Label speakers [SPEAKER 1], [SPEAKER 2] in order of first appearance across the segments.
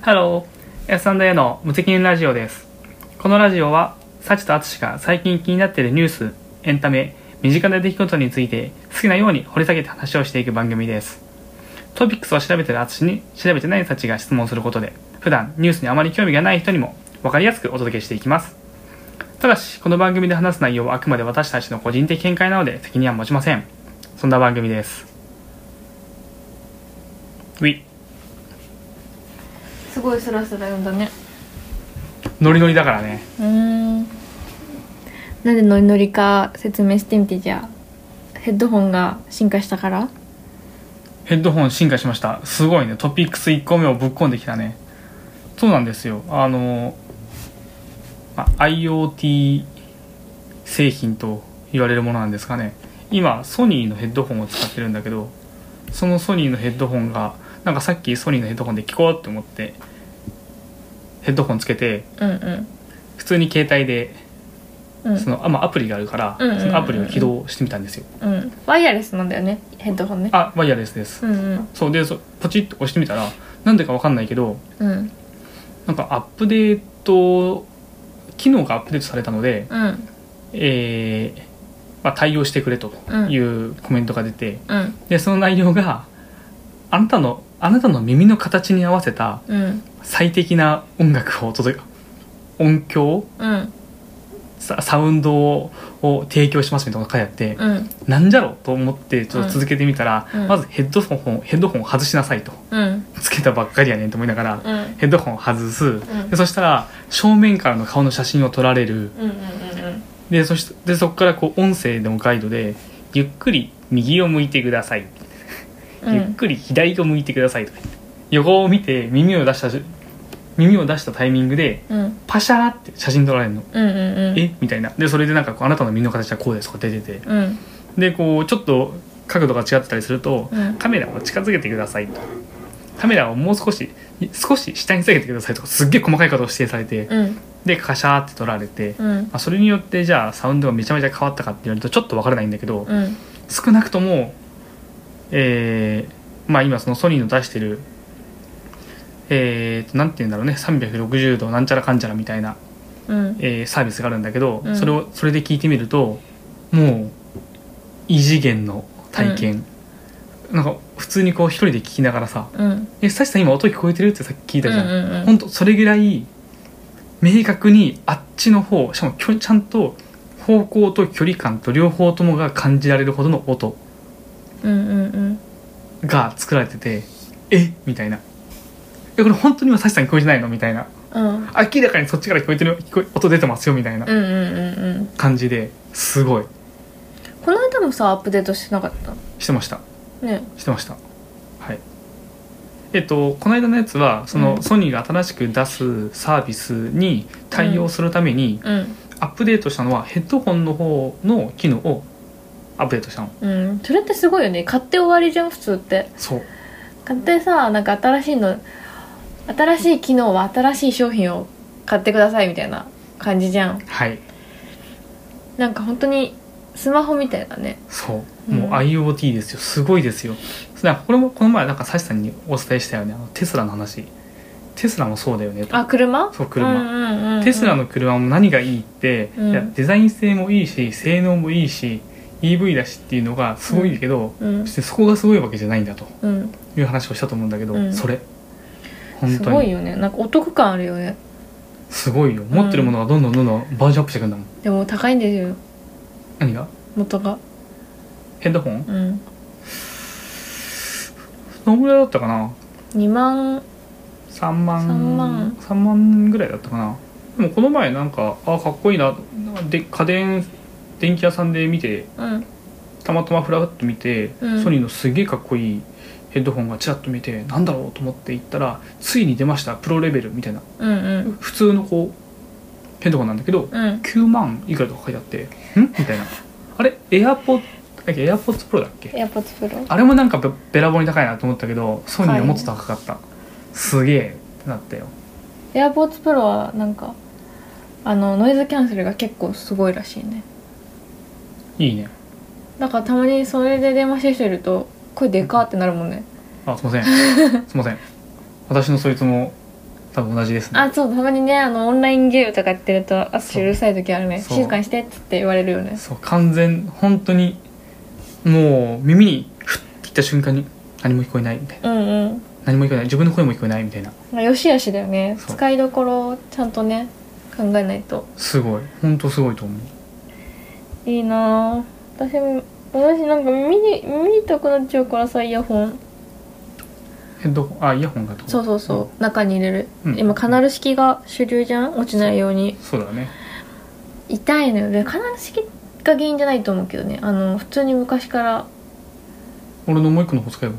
[SPEAKER 1] ハロー S&A の無責任ラジオですこのラジオはサチとアツシが最近気になっているニュースエンタメ身近な出来事について好きなように掘り下げて話をしていく番組ですトピックスを調べているアツシに調べてないサチが質問することで普段ニュースにあまり興味がない人にも分かりやすくお届けしていきますただしこの番組で話す内容はあくまで私たちの個人的見解なので責任は持ちませんそんな番組ですウィ
[SPEAKER 2] すごいスラスラ読んだね
[SPEAKER 1] ノリノリだからね
[SPEAKER 2] うんなんでノリノリか説明してみてじゃあヘッドホンが進化したから
[SPEAKER 1] ヘッドホン進化しましたすごいねトピックス1個目をぶっ込んできたねそうなんですよあの、まあ IoT 製品と言われるものなんですかね今ソニーのヘッドホンを使ってるんだけどそのソニーのヘッドホンがなんかさっきソニーのヘッドホンで聞こうって思ってヘッドホンつけて
[SPEAKER 2] うんうん
[SPEAKER 1] 普通に携帯で
[SPEAKER 2] うん
[SPEAKER 1] その、あまあ、アプリがあるから
[SPEAKER 2] うんうんうんうん
[SPEAKER 1] そのアプリを起動してみたんですよ
[SPEAKER 2] うんワイヤレスなんだよねヘッドホンね
[SPEAKER 1] あワイヤレスです
[SPEAKER 2] うんうん
[SPEAKER 1] そうでそポチッと押してみたらなんでかわかんないけど
[SPEAKER 2] うん
[SPEAKER 1] なんかアップデート機能がアップデートされたので、
[SPEAKER 2] うん
[SPEAKER 1] えーまあ、対応してくれというコメントが出て、
[SPEAKER 2] うん
[SPEAKER 1] でその内容があなたのあなたの耳の形に合わせた
[SPEAKER 2] うん
[SPEAKER 1] 最適な音楽を届け音響
[SPEAKER 2] うん
[SPEAKER 1] ササウンドをを提供しますみたいなことが書いてあって、
[SPEAKER 2] うん
[SPEAKER 1] なんじゃろうと思ってちょっと続けてみたら、
[SPEAKER 2] うん
[SPEAKER 1] まずヘッドホンヘッドホンを外しなさいと
[SPEAKER 2] うん
[SPEAKER 1] つけたばっかりやねんと思いながら、
[SPEAKER 2] うんうん
[SPEAKER 1] ヘッドホンを外す、でそしたら正面からの顔の写真を撮られる
[SPEAKER 2] うんうん
[SPEAKER 1] でそしでそこからこう音声のガイドで「ゆっくり右を向いてください」
[SPEAKER 2] うん
[SPEAKER 1] ゆっくり左を向いてください」とか言って横を見て耳を出したし耳を出したタイミングで
[SPEAKER 2] うん
[SPEAKER 1] パシャーって写真撮られるの。
[SPEAKER 2] うんうんうん
[SPEAKER 1] えみたいなでそれでなんかこうあなたの耳の形はこうですとか出てて
[SPEAKER 2] うん
[SPEAKER 1] でこうちょっと角度が違ってたりすると、
[SPEAKER 2] うん
[SPEAKER 1] カメラを近づけてくださいとカメラをもう少し少し下に下げてくださいとかすっげえ細かいことを指定されて、
[SPEAKER 2] うん
[SPEAKER 1] でカシャーって撮られて、ま
[SPEAKER 2] うん
[SPEAKER 1] あ、それによってじゃあサウンドがめちゃめちゃ変わったかって言われるとちょっとわからないんだけど、
[SPEAKER 2] うん
[SPEAKER 1] 少なくともえーまあ今そのソニーの出してるえーとなんて言うんだろうね360度なんちゃらかんちゃらみたいな、
[SPEAKER 2] うん
[SPEAKER 1] えーサービスがあるんだけど、
[SPEAKER 2] うん
[SPEAKER 1] それをそれで聞いてみるともう異次元の体験、なんか普通にこう一人で聞きながらさ
[SPEAKER 2] うん
[SPEAKER 1] 「えサチさん今音聞こえてる?」ってさっき聞いたじゃん、
[SPEAKER 2] うんうんうん
[SPEAKER 1] ほんとそれぐらい明確にあっちの方しかもきょちゃんと方向と距離感と両方ともが感じられるほどの音
[SPEAKER 2] うんうんうん
[SPEAKER 1] が作られててえみたいなえこれ本当に今サシさん聞こえてないのみたいな
[SPEAKER 2] うん
[SPEAKER 1] 明らかにそっちから聞こえてる聞こえ音出てますよみたいな
[SPEAKER 2] うんうんうんうん
[SPEAKER 1] 感じですごい
[SPEAKER 2] この間もさアップデートしてなかった
[SPEAKER 1] してました
[SPEAKER 2] ね
[SPEAKER 1] してましたはいえっとこの間のやつはその、
[SPEAKER 2] うん
[SPEAKER 1] ソニーが新しく出すサービスに対応するために、
[SPEAKER 2] うん
[SPEAKER 1] アップデートしたのはヘッドホンの方の機能をアップデートしたの
[SPEAKER 2] うんそれってすごいよね買って終わりじゃん普通って
[SPEAKER 1] そう
[SPEAKER 2] 買ってさなんか新しいの新しい機能は新しい商品を買ってくださいみたいな感じじゃん
[SPEAKER 1] はい
[SPEAKER 2] なんか本当にスマホみたいだね
[SPEAKER 1] そう
[SPEAKER 2] うん
[SPEAKER 1] もう IoT ですよすごいですよだからこれもこの前なんかサシさんにお伝えしたよねあのテスラの話テスラもそうだよねと
[SPEAKER 2] あ車
[SPEAKER 1] そう車
[SPEAKER 2] うんうんうんうん
[SPEAKER 1] テスラの車も何がいいって、
[SPEAKER 2] うん
[SPEAKER 1] いやデザイン性もいいし性能もいいし EV だしっていうのがすごいけど、
[SPEAKER 2] うん
[SPEAKER 1] 別にそこがすごいわけじゃないんだと
[SPEAKER 2] うん
[SPEAKER 1] いう話をしたと思うんだけど、
[SPEAKER 2] うん
[SPEAKER 1] それ本
[SPEAKER 2] す
[SPEAKER 1] 当
[SPEAKER 2] ごい
[SPEAKER 1] に
[SPEAKER 2] よねなんかお得感あるよね
[SPEAKER 1] すごいよ持ってるものがどんどんどんどんバージョンアップしていくんだもん
[SPEAKER 2] でも高いんですよ
[SPEAKER 1] 何が
[SPEAKER 2] 元が
[SPEAKER 1] ヘッドホン
[SPEAKER 2] うん
[SPEAKER 1] どのぐらいだったかな
[SPEAKER 2] 2万
[SPEAKER 1] 3万
[SPEAKER 2] 3万
[SPEAKER 1] 3万ぐらいだったかなでもこの前なんかあかっこいいなで家電電気屋さんで見て
[SPEAKER 2] うん
[SPEAKER 1] たまたまフラッと見て、
[SPEAKER 2] うん
[SPEAKER 1] ソニーのすげえかっこいいヘッドホンがちらっと見てなんだろうと思って行ったらついに出ましたプロレベルみたいな
[SPEAKER 2] うんうん
[SPEAKER 1] 普通のこうヘッドホンなんだけど
[SPEAKER 2] うん
[SPEAKER 1] 9万いくらとか書いてあってんみたいなあれエアポエアポッツプロだっけ
[SPEAKER 2] エアポッ p プロ
[SPEAKER 1] あれもなんかべべらぼうに高いなと思ったけどソニーはもっと高かった、すげえってなったよ
[SPEAKER 2] AirPods Pro はなんかあのノイズキャンセルが結構すごいらしいね
[SPEAKER 1] いいね
[SPEAKER 2] だからたまにそれで電話してる人いると声でかってなるもんね
[SPEAKER 1] あすいませんすいません私のそいつも多分同じですね
[SPEAKER 2] あそうたまにねあのオンラインゲームとかやってると私うるさい時あるね
[SPEAKER 1] そう
[SPEAKER 2] 静かにしてっつって言われるよね
[SPEAKER 1] そう完全本当にもう耳にフッていった瞬間に何も聞こえないみたいな
[SPEAKER 2] うんうん
[SPEAKER 1] 何も聞こえない自分の声も聞こえないみたいな
[SPEAKER 2] まあよしあしだよね
[SPEAKER 1] そう
[SPEAKER 2] 使いどころをちゃんとね考えないと
[SPEAKER 1] すごい本当すごいと思う
[SPEAKER 2] いいなぁ私も私なんか耳に耳痛くなっちゃうからさイヤホン
[SPEAKER 1] えどこあイヤホンがと
[SPEAKER 2] そうそうそう、中に入れる、
[SPEAKER 1] うん
[SPEAKER 2] 今カナル式が主流じゃん落ちないように
[SPEAKER 1] そうだね
[SPEAKER 2] 痛いのよでカナル式が原因じゃないと思うけどねあの普通に昔から
[SPEAKER 1] 俺のもう一個の方使えば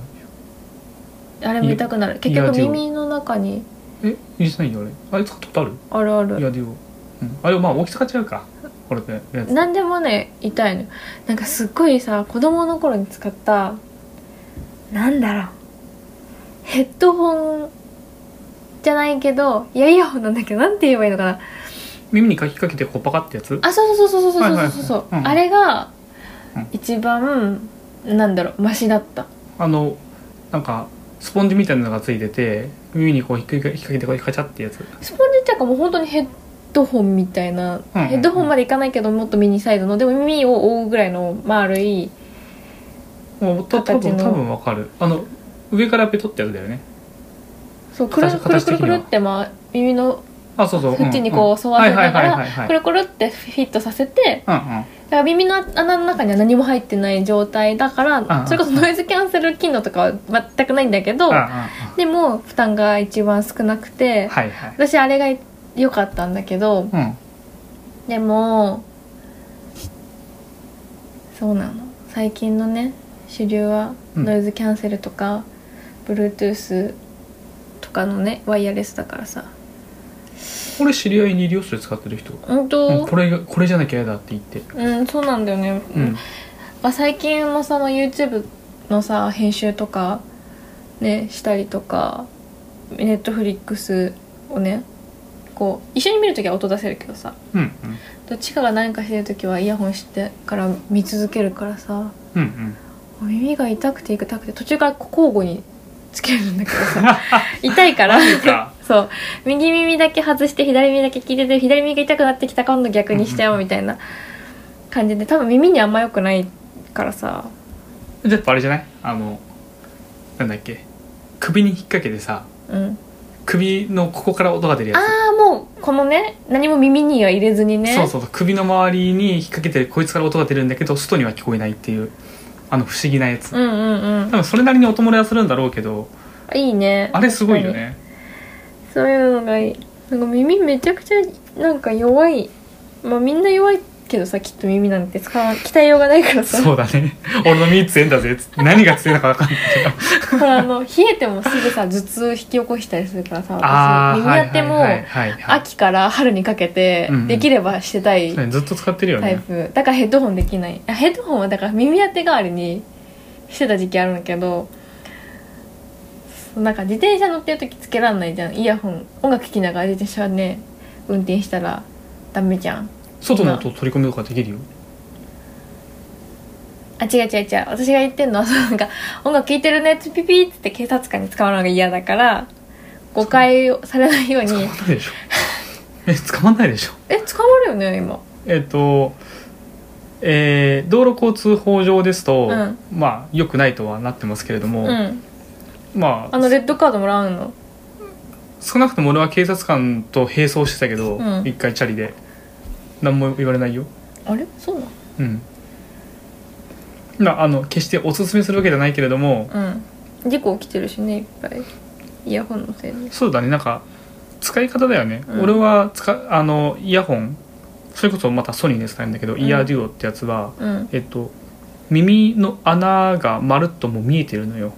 [SPEAKER 2] あれも痛くなる
[SPEAKER 1] い
[SPEAKER 2] 結
[SPEAKER 1] や
[SPEAKER 2] 局
[SPEAKER 1] でも
[SPEAKER 2] 耳の中に
[SPEAKER 1] えいいじゃないよあれあれ使ったことある
[SPEAKER 2] あるある
[SPEAKER 1] いやでも、うん、あれまあ大きさが違うかこれってやつ
[SPEAKER 2] 何でもね痛いのよなんかすっごいさ子供の頃に使ったなんだろうヘッドホンじゃないけどいやイヤホンなんだけどなんて言えばいいのかな
[SPEAKER 1] 耳にかきかけてこうパカってやつ
[SPEAKER 2] あそうそうそうそうそうそうそうそう
[SPEAKER 1] はいはいはいうん
[SPEAKER 2] あれが
[SPEAKER 1] うん
[SPEAKER 2] 一番なんだろうマシだった
[SPEAKER 1] あのなんかスポンジみたいなのがついてて耳にこうひっくりか引っ掛けてこうカチャってやつ
[SPEAKER 2] スポンジっていうかもう本当にヘッドホンみたいな、
[SPEAKER 1] うんうん
[SPEAKER 2] ヘッドホンまでいかないけどもっとミニサイズのでも耳を覆うぐらいの丸い
[SPEAKER 1] もうた多
[SPEAKER 2] 形
[SPEAKER 1] 分
[SPEAKER 2] の
[SPEAKER 1] 多分わかるあの上からペトってやつだよね
[SPEAKER 2] そうくる
[SPEAKER 1] 形
[SPEAKER 2] くるく
[SPEAKER 1] 形
[SPEAKER 2] るくる
[SPEAKER 1] 的には
[SPEAKER 2] って、まあ、耳の
[SPEAKER 1] あそうそう
[SPEAKER 2] 縁にこう沿わせなが
[SPEAKER 1] はいはいはいはいはい
[SPEAKER 2] らくるくるってフィットさせて
[SPEAKER 1] うんうん
[SPEAKER 2] だから耳の穴の中には何も入ってない状態だか
[SPEAKER 1] う
[SPEAKER 2] ら
[SPEAKER 1] ん
[SPEAKER 2] それこそノイズキャンセル機能とかは全くないんだけど
[SPEAKER 1] うんうんうん
[SPEAKER 2] でも負担が一番少なくて
[SPEAKER 1] はいはい
[SPEAKER 2] 私あれが良かったんだけど
[SPEAKER 1] うん
[SPEAKER 2] でもそうなの最近のね主流は
[SPEAKER 1] うん
[SPEAKER 2] ノイズキャンセルとか、Bluetooth とかのねワイヤレスだからさ
[SPEAKER 1] これ知り合いに利用者で使ってる人
[SPEAKER 2] 本
[SPEAKER 1] うん
[SPEAKER 2] 当
[SPEAKER 1] これがこれじゃなきゃ嫌だって言って
[SPEAKER 2] うんそうなんだよね、
[SPEAKER 1] うん
[SPEAKER 2] まあ、最近のその YouTube のさ編集とかねしたりとか Netflix をねこう一緒に見るときは音出せるけどさ
[SPEAKER 1] うんうん
[SPEAKER 2] どっちかが何かしてるときはイヤホンしてから見続けるからさ
[SPEAKER 1] うんうん
[SPEAKER 2] 耳が痛くて痛くて途中から交互につけるんだけど さ痛いから
[SPEAKER 1] か
[SPEAKER 2] そう右耳だけ外して左耳だけ聞いてて左耳が痛くなってきた今度逆にしちゃおうみたいな感じで多分耳にあんま良くないからさ
[SPEAKER 1] じゃあやっぱあれじゃないあのなんだっけ首に引っ掛けてさ
[SPEAKER 2] うん
[SPEAKER 1] 首のここから音が出るやつ
[SPEAKER 2] ああもうこのね何も耳には入れずにね
[SPEAKER 1] そうそうそう首の周りに引っ掛けてこいつから音が出るんだけど外には聞こえないっていうあの不思議なやつ、
[SPEAKER 2] うんうんうん
[SPEAKER 1] 多分それなりに音漏れはするんだろうけど
[SPEAKER 2] いいね
[SPEAKER 1] あれすごいよね
[SPEAKER 2] そういうのがいいなんか耳めちゃくちゃなんか弱いまあみんな弱いけどさきっと耳なんて使わ 鍛えようがないからさ
[SPEAKER 1] そうだね俺の耳強えんだぜっつって何が強いのか分かんないけ ど
[SPEAKER 2] ほらあの冷えてもすぐさ頭痛を引き起こしたりするからさ
[SPEAKER 1] ああ
[SPEAKER 2] 私耳やっても、
[SPEAKER 1] はいはいはいはい
[SPEAKER 2] 秋から春にかけて
[SPEAKER 1] うんうん
[SPEAKER 2] できればしてたい
[SPEAKER 1] そうねずっと使ってるよ
[SPEAKER 2] タイ
[SPEAKER 1] ね
[SPEAKER 2] プ、だからヘッドホンできないあヘッドホンはだから耳当て代わりにしてた時期あるんだけどそうなんか自転車乗ってる時つけらんないじゃんイヤホン音楽聴きながら自転車ね運転したらダメじゃん
[SPEAKER 1] 外の音取り込むとかできるよ
[SPEAKER 2] あ違う違う違う私が言ってんのはそう なんか音楽聴いてるねってピピーって警察官に捕まるのが嫌だから誤解をされないよう
[SPEAKER 1] 捕ま
[SPEAKER 2] に
[SPEAKER 1] んないでしょ え捕まんないでしょ
[SPEAKER 2] え捕まるよね今
[SPEAKER 1] えっとえー道路交通法上ですと、
[SPEAKER 2] うん
[SPEAKER 1] まあ良くないとはなってますけれども、
[SPEAKER 2] うん
[SPEAKER 1] ま
[SPEAKER 2] あのレッドカードもらうの
[SPEAKER 1] 少なくとも俺は警察官と並走してたけど、
[SPEAKER 2] うん
[SPEAKER 1] 一回チャリで何も言われないよ
[SPEAKER 2] あれそうなの
[SPEAKER 1] うんまああの決しておすすめするわけじゃないけれども
[SPEAKER 2] うん事故起きてるしねいっぱいイヤホンのせいで
[SPEAKER 1] そうだねなんか使い方だよね、
[SPEAKER 2] うん
[SPEAKER 1] 俺はつかあのイヤホンそれこそまたソニーで使うんだけど、
[SPEAKER 2] ん
[SPEAKER 1] イヤーデュオってやつは
[SPEAKER 2] うん
[SPEAKER 1] えっと耳の穴がまるっともう見えてるのよ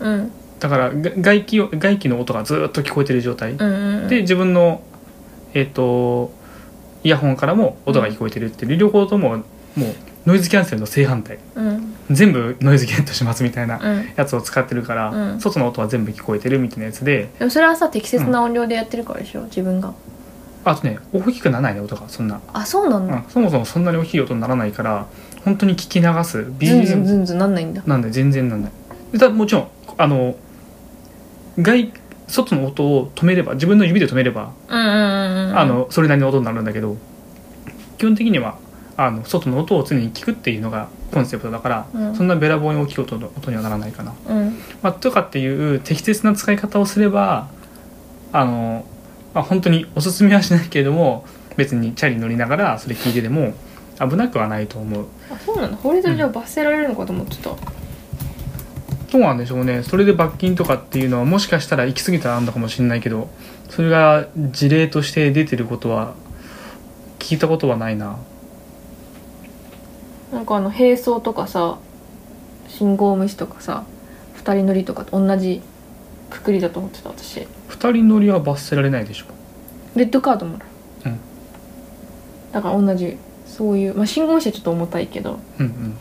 [SPEAKER 2] うん
[SPEAKER 1] だからが外気を外気の音がずっと聞こえてる状態、
[SPEAKER 2] うんうんうん
[SPEAKER 1] で自分のえっ、とイヤホンからも音が聞こえてるっていう、両方とももうノイズキャンセルの正反対
[SPEAKER 2] うん
[SPEAKER 1] 全部ノイズゲットしますみたいな
[SPEAKER 2] うん
[SPEAKER 1] やつを使ってるから、
[SPEAKER 2] うん
[SPEAKER 1] 外の音は全部聞こえてるみたいなやつで
[SPEAKER 2] でもそれはさ適切な音量でやってるからでしょ自分が
[SPEAKER 1] あとね大きくならないね音がそんな、
[SPEAKER 2] あそうなん
[SPEAKER 1] う
[SPEAKER 2] だ
[SPEAKER 1] んそもそもそんなに大きい音にならないから本当に聞き流す
[SPEAKER 2] ズンズンズ
[SPEAKER 1] BGM
[SPEAKER 2] ンズンなんないんだ
[SPEAKER 1] なんで全然なんないでただもちろんあの外外の音を止めれば自分の指で止めれば、
[SPEAKER 2] うんうんうんうん
[SPEAKER 1] あのそれなりの音になるんだけど基本的にはあの外の音を常に聞くっていうのがコンセプトだから、
[SPEAKER 2] うん
[SPEAKER 1] そんなべらぼうに大きい音の音にはならないかな。
[SPEAKER 2] うん
[SPEAKER 1] まあ、とかっていう適切な使い方をすればあの、まあ、本当におすすめはしないけれども別にチャリ乗りながらそれ聞いてでも危なくはないと思う
[SPEAKER 2] あそうなんだ法律でじゃあ罰せられるのかと思ってた、
[SPEAKER 1] どうなんでしょうねそれで罰金とかっていうのはもしかしたら行き過ぎたらあんだかもしれないけどそれが事例として出てることは聞いたことはないな
[SPEAKER 2] なんかあの並走とかさ信号無視とかさ二人乗りとかと同じくくりだと思ってた私
[SPEAKER 1] 二人乗りは罰せられないでしょ
[SPEAKER 2] レッドカードもらう、
[SPEAKER 1] うん
[SPEAKER 2] だから同じそういうまあ信号無視はちょっと重たいけど
[SPEAKER 1] うんうん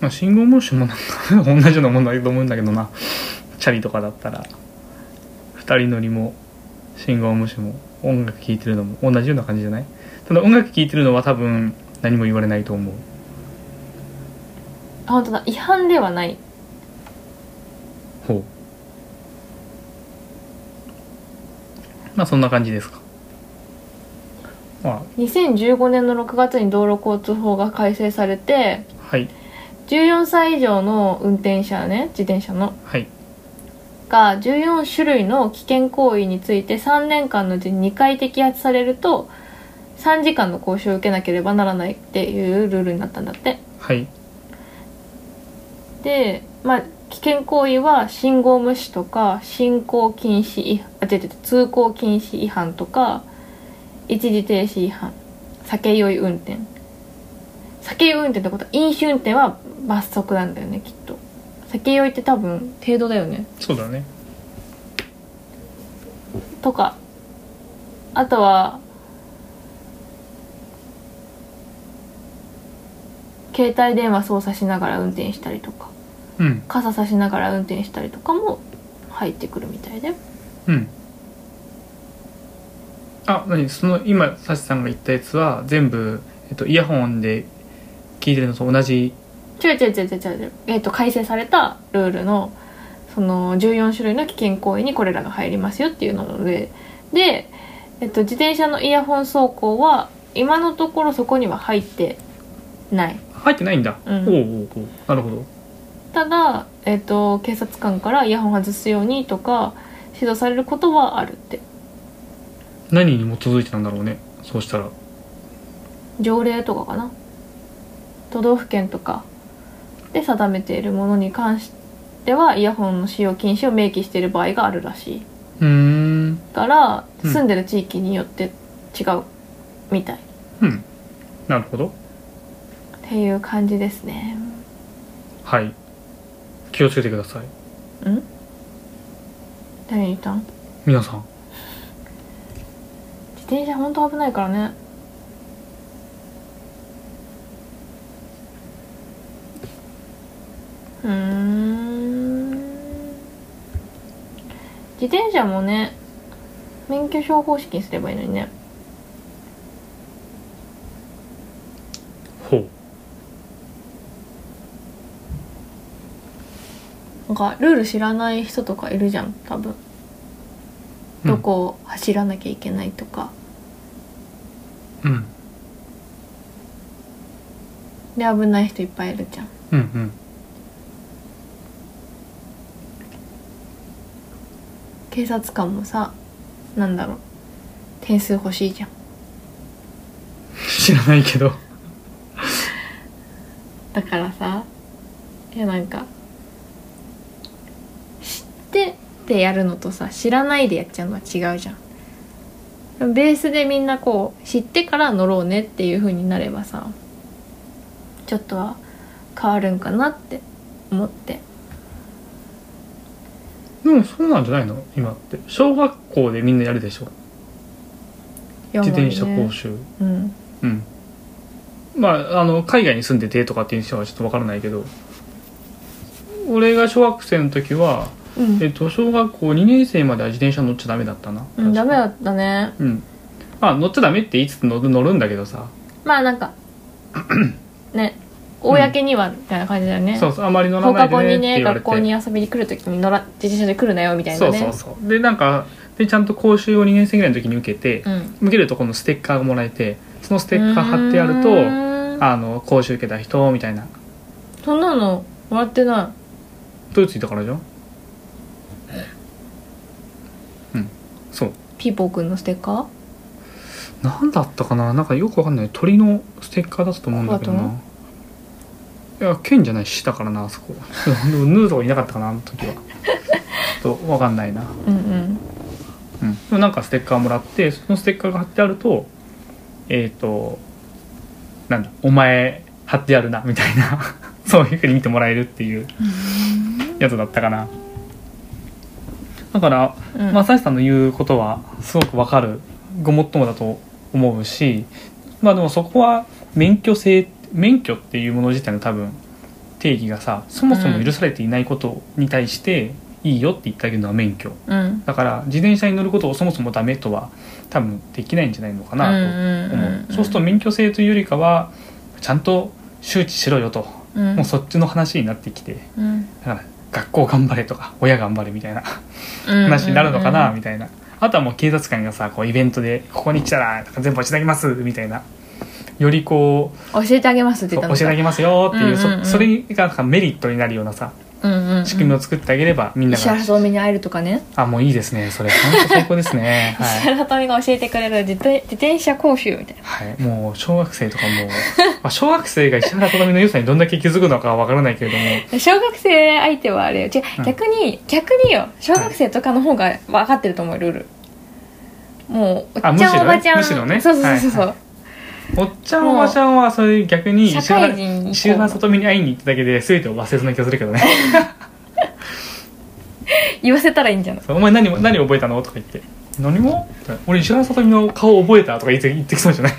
[SPEAKER 1] まあ信号無視もなんか同じようなもんだと思うんだけどなチャリとかだったら二人乗りも信号無視も音楽聴いてるのも同じような感じじゃないただ音楽聴いてるのは多分何も言われないと思う
[SPEAKER 2] あ本当だ違反ではない
[SPEAKER 1] ほうまあそんな感じですかま
[SPEAKER 2] 2015年の6月に道路交通法が改正されて
[SPEAKER 1] あはい
[SPEAKER 2] 14歳以上の運転者ね自転車の
[SPEAKER 1] はい
[SPEAKER 2] が14種類の危険行為について3年間のうちに2回摘発されると3時間の講習を受けなければならないっていうルールになったんだって
[SPEAKER 1] はい
[SPEAKER 2] でまあ危険行為は信号無視とか進行禁止違あ違う違う通行禁止違反とか一時停止違反酒酔い運転酒酔い運転ってことは飲酒運転は罰則なんだよねきっと酒酔いって多分程度だよね
[SPEAKER 1] そうだね
[SPEAKER 2] とかあとは携帯電話操作しながら運転したりとか
[SPEAKER 1] うん
[SPEAKER 2] 傘さしながら運転したりとかも入ってくるみたいで
[SPEAKER 1] うんあ何その今サシさんが言ったやつは全部、えっと、イヤホンで聞いてるのと同じ
[SPEAKER 2] 違う違う違う違う違う、えっと改正されたルールのその14種類の危険行為にこれらが入りますよっていうのでで、えっと、自転車のイヤホン走行は今のところそこには入ってない
[SPEAKER 1] 入ってないんだ、
[SPEAKER 2] うん
[SPEAKER 1] おうおうおうなるほど
[SPEAKER 2] ただ、えっと、警察官からイヤホン外すようにとか指導されることはあるって
[SPEAKER 1] 何に基づいてなんだろうねそうしたら
[SPEAKER 2] 条例とかかな都道府県とかで定めているものに関してはイヤホンの使用禁止を明記している場合があるらしいう
[SPEAKER 1] ーん
[SPEAKER 2] から
[SPEAKER 1] うん
[SPEAKER 2] 住んでる地域によって違うみたいっ
[SPEAKER 1] うんなるほど
[SPEAKER 2] ていう感じですね
[SPEAKER 1] はい気をつけてください
[SPEAKER 2] うん誰に言ったん自
[SPEAKER 1] 皆さん
[SPEAKER 2] 転車ほんと危ないからねうーん自転車もね免許証方式にすればいいのにね
[SPEAKER 1] ほ
[SPEAKER 2] なんかルール知らない人とかいるじゃん多分
[SPEAKER 1] う
[SPEAKER 2] どこを走らなきゃいけないとか、
[SPEAKER 1] うんうん
[SPEAKER 2] で危ない人いっぱいいるじゃん
[SPEAKER 1] うんうん
[SPEAKER 2] 警察官もさなんだろう点数欲しいじゃん
[SPEAKER 1] 知らないけど
[SPEAKER 2] だからさいやなんか知ってでやるのとさ知らないでやっちゃうのは違うじゃんベースでみんなこう知ってから乗ろうねっていう風になればさちょっとは変わるんかなって思って
[SPEAKER 1] でもそうなんじゃないの今って小学校でみんなやるでしょ自転車講習、
[SPEAKER 2] うん
[SPEAKER 1] うんまああの海外に住んでてとかっていう人はちょっとわからないけど俺が小学生の時は、
[SPEAKER 2] うん
[SPEAKER 1] えっと、小学校2年生までは自転車乗っちゃダメだったな、
[SPEAKER 2] うん、ダメだ
[SPEAKER 1] っ
[SPEAKER 2] ったね
[SPEAKER 1] たうん まあ乗っちゃダメって言いつつ乗る乗るんだけどさ
[SPEAKER 2] まあなんかね公にはみたいな感じだよね、
[SPEAKER 1] そうそうあまり乗ら
[SPEAKER 2] 放
[SPEAKER 1] な
[SPEAKER 2] 課
[SPEAKER 1] いでねっ
[SPEAKER 2] 後に
[SPEAKER 1] て
[SPEAKER 2] ね
[SPEAKER 1] 言われ
[SPEAKER 2] 学
[SPEAKER 1] て
[SPEAKER 2] 校に遊びに来るときに乗ら自転車で来るなよみたいなね
[SPEAKER 1] そうそうそうでなんかでちゃんと講習を2年生ぐらいの時に受けて、
[SPEAKER 2] うん
[SPEAKER 1] 受けるとこのステッカーがもらえてそのス
[SPEAKER 2] ス
[SPEAKER 1] テッカー貼ってあるとあの講習受けた人みたいな
[SPEAKER 2] そんなのもらってな
[SPEAKER 1] ドイツ行ったからじゃんうんそう
[SPEAKER 2] いピーポーくんのステッカー
[SPEAKER 1] なんだったかななんかよくわかんない鳥のステッカーだったと思うんだけど
[SPEAKER 2] コア
[SPEAKER 1] ないや剣じゃないしだからなあそこでもヌーとかいなかったかなあの 時はちょっとわかんないな、
[SPEAKER 2] うんうん
[SPEAKER 1] うん、でもなんかステッカーもらってそのステッカーが貼ってあるとえっ、となんだお前貼ってやるなみたいな そういうふうに見てもらえるっていうやつだったかなだから
[SPEAKER 2] うん
[SPEAKER 1] まあ、サシさんの言うことはすごくわかるごもっともだと思うしまあでもそこは免許制免許っていうもの自体の多分定義がさそもそも許されていないことに対していいよって言ってあげるのは免許
[SPEAKER 2] うん
[SPEAKER 1] だから自転車に乗ることをそもそもダメとは多分できないんじゃないのか
[SPEAKER 2] うん
[SPEAKER 1] なと思う,、そうすると免許制というよりかはちゃんと周知しろよと、
[SPEAKER 2] とも
[SPEAKER 1] もうそっちの話になってきてだから学校頑張れとか親頑張れみたいな話になるのかなみたいなあとはもう警察官がさこうイベントで「ここに来たら」とか全部教えてあげますみたいなよりこう
[SPEAKER 2] 教えてあげますって
[SPEAKER 1] そ
[SPEAKER 2] 言
[SPEAKER 1] う
[SPEAKER 2] った
[SPEAKER 1] 教
[SPEAKER 2] の
[SPEAKER 1] えてあげますよっていう,そ、
[SPEAKER 2] うんうんうん
[SPEAKER 1] それがなんかメリットになるようなさ
[SPEAKER 2] うんうん
[SPEAKER 1] 仕組みを作ってあげればみんな
[SPEAKER 2] 石
[SPEAKER 1] が
[SPEAKER 2] 原さとみに会えるとかね、
[SPEAKER 1] 「あもういいですねそれ本当最高です ね」
[SPEAKER 2] 石
[SPEAKER 1] はい。
[SPEAKER 2] 原さとみが教えてくれる自転自転車講習みたいな
[SPEAKER 1] はい、もう小学生とかもう、まあ、小学生が石原さとみの良さにどんだけ気づくのかはわからないけれども
[SPEAKER 2] 小学生相手はあれよ違
[SPEAKER 1] うん
[SPEAKER 2] う逆に、逆によ小学生とかの方が分かってると思うルールもうおっち
[SPEAKER 1] あ
[SPEAKER 2] ゃん
[SPEAKER 1] むしろね
[SPEAKER 2] おばちゃん
[SPEAKER 1] むしろね
[SPEAKER 2] そうそうそうそう、
[SPEAKER 1] はおっちゃんおばちゃんはそういう逆に石
[SPEAKER 2] 社
[SPEAKER 1] 原
[SPEAKER 2] 会人以降
[SPEAKER 1] 石原さとみに会いに行っただけで全てを忘れそうな気がするけどね
[SPEAKER 2] 言わせたらいいんじゃない
[SPEAKER 1] そうお前何も何覚えたの?」とか言って「何も?」俺石原さとみの顔覚えた」とか言って言ってきそうじゃない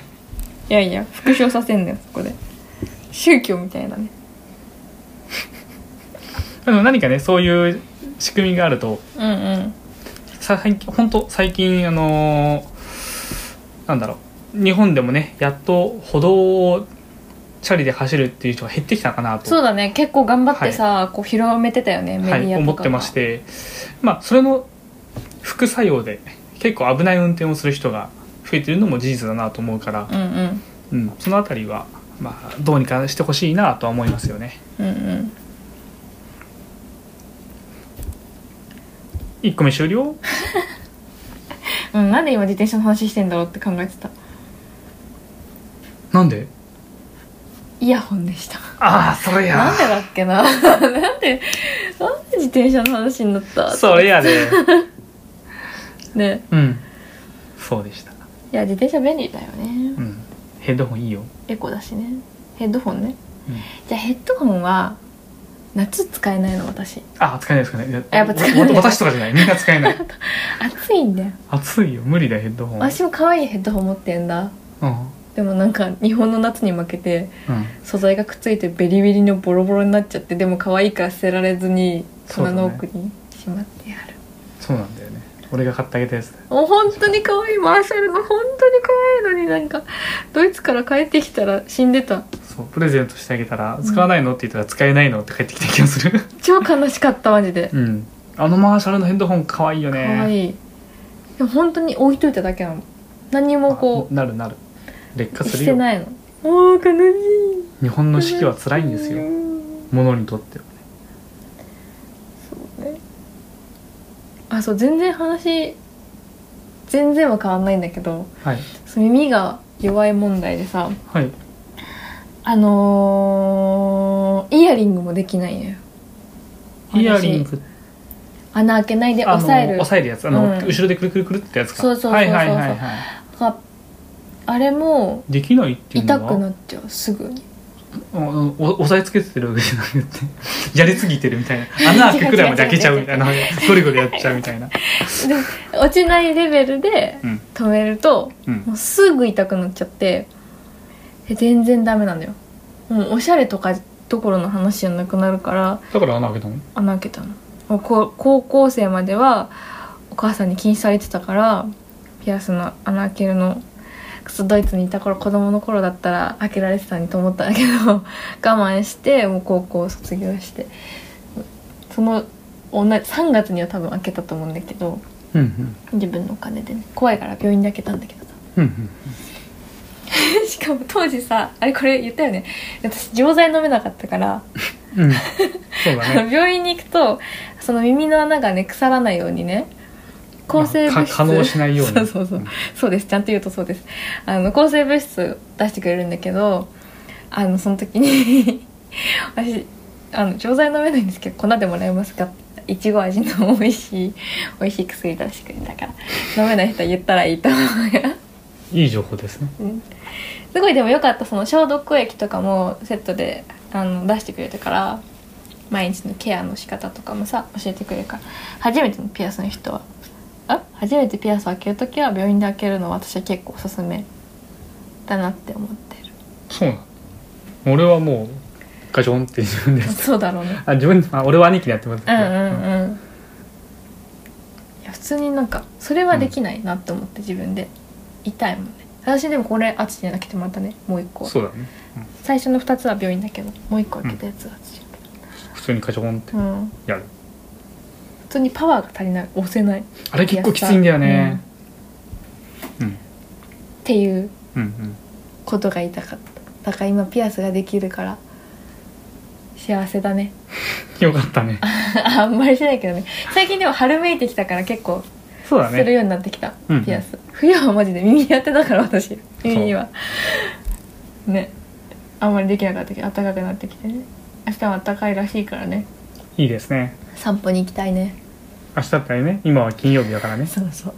[SPEAKER 2] いやいや復唱させんのよそこで宗教みたいなね
[SPEAKER 1] でも何かねそういう仕組みがあると
[SPEAKER 2] うんうん
[SPEAKER 1] さ最近本当最近あのーなんだろう日本でもねやっと歩道をチャリで走るっていう人が減ってきたかなと
[SPEAKER 2] そうだね結構頑張ってさ、こう広めてたよねメデ
[SPEAKER 1] はい、
[SPEAKER 2] ィアとかが、
[SPEAKER 1] 思ってましてまあそれの副作用で結構危ない運転をする人が増えてるのも事実だなと思うから、
[SPEAKER 2] うんうん
[SPEAKER 1] うん、そのあたりは、まあ、どうにかしてほしいなとは思いますよね。
[SPEAKER 2] うんうん
[SPEAKER 1] 1個目終了
[SPEAKER 2] うん、なんで今自転車の話してんだろうって考えてた
[SPEAKER 1] なんで
[SPEAKER 2] イヤホンでした
[SPEAKER 1] ああそれ
[SPEAKER 2] な
[SPEAKER 1] や
[SPEAKER 2] んでだっけな なんでなんで自転車の話になった
[SPEAKER 1] それや で
[SPEAKER 2] ね
[SPEAKER 1] うんそうでした、
[SPEAKER 2] いや自転車便利だよね
[SPEAKER 1] うん、ヘッドホンいいよ、
[SPEAKER 2] エコだしねヘッドホンね
[SPEAKER 1] うん、
[SPEAKER 2] じゃあヘッドホンは夏使えないの私
[SPEAKER 1] ああ使えないですかねや
[SPEAKER 2] やっぱ使えない
[SPEAKER 1] わ私とかじゃないみんな使 えない
[SPEAKER 2] 暑いんだよ
[SPEAKER 1] 暑いよ無理だよヘッドホン
[SPEAKER 2] 私も可愛いヘッドホン持ってんだ
[SPEAKER 1] うん
[SPEAKER 2] でもなんか日本の夏に負けて
[SPEAKER 1] うん
[SPEAKER 2] 素材がくっついてベリベリのボロボロになっちゃってでも可愛いから捨てられずに棚の奥にしまってある、
[SPEAKER 1] そうなんだよね俺が買ってあげたやつだよ
[SPEAKER 2] もう本当に可愛いマーシャルの本当に可愛いのになんかドイツから帰ってきたら死んでた
[SPEAKER 1] そうプレゼントしてあげたら「使わないの?」って言ったら「使えないの?」って帰ってきた気がする
[SPEAKER 2] 超悲しかったマジで
[SPEAKER 1] うんあのマーシャルのヘッドホン可愛いよ
[SPEAKER 2] 可
[SPEAKER 1] ねい
[SPEAKER 2] 愛いでも本当に置いといただけなの何もこ
[SPEAKER 1] なるなる劣化
[SPEAKER 2] う
[SPEAKER 1] す
[SPEAKER 2] し
[SPEAKER 1] る
[SPEAKER 2] て
[SPEAKER 1] よ
[SPEAKER 2] ないのおー悲しい
[SPEAKER 1] 日本の四季は辛いんです
[SPEAKER 2] う
[SPEAKER 1] よ
[SPEAKER 2] ん
[SPEAKER 1] ものにとっては
[SPEAKER 2] そうねあそう全然話全然は変わんないんだけど
[SPEAKER 1] はい
[SPEAKER 2] そう耳が弱い問題でさ
[SPEAKER 1] はい
[SPEAKER 2] あのーイヤリングもできないのよ
[SPEAKER 1] イヤリング
[SPEAKER 2] 私穴開けないで
[SPEAKER 1] あの
[SPEAKER 2] 押さえる
[SPEAKER 1] 押さえるやつあの、
[SPEAKER 2] うん
[SPEAKER 1] 後ろでくるくるくるってやつか
[SPEAKER 2] そうそうそうそう
[SPEAKER 1] はいはいはいはい
[SPEAKER 2] ああれも
[SPEAKER 1] できないっていうの
[SPEAKER 2] 痛
[SPEAKER 1] は
[SPEAKER 2] くなっちゃうすぐに
[SPEAKER 1] うんお押さえつけてるわけじゃなくて やりすぎてるみたいな穴開けくらいま で開けちゃうみたいなゴリゴリやっちゃうみたいな
[SPEAKER 2] で落ちないレベルで
[SPEAKER 1] うん
[SPEAKER 2] 止めると
[SPEAKER 1] うん
[SPEAKER 2] もうすぐ痛くなっちゃってで全然ダメなんだよもうおしゃれとかどころの話じゃなくなるから
[SPEAKER 1] だから穴開けたの
[SPEAKER 2] 穴開けたのもうこう高校生まではお母さんに禁止されてたからピアスの穴開けるのクソドイツにいた頃子供の頃だったら開けられてたのにと思ったんだけど 我慢してもう高校を卒業してその同じ3月には多分開けたと思うんだけど
[SPEAKER 1] うんうん
[SPEAKER 2] 自分のお金でね怖いから病院で開けたんだけどさ
[SPEAKER 1] うんうん
[SPEAKER 2] しかも当時さあれこれ言ったよね私錠剤飲めなかったから
[SPEAKER 1] うんうんそうだ
[SPEAKER 2] あ
[SPEAKER 1] ね
[SPEAKER 2] の病院に行くとその耳の穴がね腐らないようにね抗生
[SPEAKER 1] まあ
[SPEAKER 2] 物質、
[SPEAKER 1] か化膿しないように
[SPEAKER 2] そうそうそうそうですちゃんと言うとそうですあの抗生物質出してくれるんだけどあのその時に 私あの錠剤飲めないんですけど粉でもらえますかっていちご味の美味しい美味しい薬出してくれたから飲めない人は言ったらいいと思うよ
[SPEAKER 1] いい情報ですね
[SPEAKER 2] うんすごいでも良かったその消毒液とかもセットであの出してくれたから毎日のケアの仕方とかもさ教えてくれるから初めてのピアスの人はあ初めてピアスを開ける時は病院で開けるのは私は結構おすすめだなって思って
[SPEAKER 1] そうなの俺はもうガチョンって自分で
[SPEAKER 2] る そうだろうね
[SPEAKER 1] あ自分あ俺は兄貴にやってもらっ
[SPEAKER 2] うんう
[SPEAKER 1] た
[SPEAKER 2] んうんいや普通になんかそれはできないなって思って自分で痛いもんね私でもこれ淳じゃなくてまたねもう一個
[SPEAKER 1] そうだね
[SPEAKER 2] 最初の2つは病院だけどもう1個開けたやつは淳
[SPEAKER 1] 普通にガチョンって
[SPEAKER 2] うん、
[SPEAKER 1] やる
[SPEAKER 2] 普通にパワーが足りない押せないっ
[SPEAKER 1] あれ結構きついんだよねうん
[SPEAKER 2] ていう
[SPEAKER 1] うんうん
[SPEAKER 2] ことが言いたかっただから今ピアスができるから幸せだね
[SPEAKER 1] よかったね
[SPEAKER 2] あんまりしないけどね最近でも春めいてきたから結構
[SPEAKER 1] そうだ
[SPEAKER 2] する
[SPEAKER 1] ね
[SPEAKER 2] ようになってきた、
[SPEAKER 1] うん
[SPEAKER 2] ピアス冬はマジで耳当てだから私耳にはねあんまりできなかったけど暖かくなってきてね明日は暖かいらしいからね
[SPEAKER 1] いいですね
[SPEAKER 2] 散歩に行きたいね
[SPEAKER 1] 明日だったらね今は金曜日だからね
[SPEAKER 2] そうそう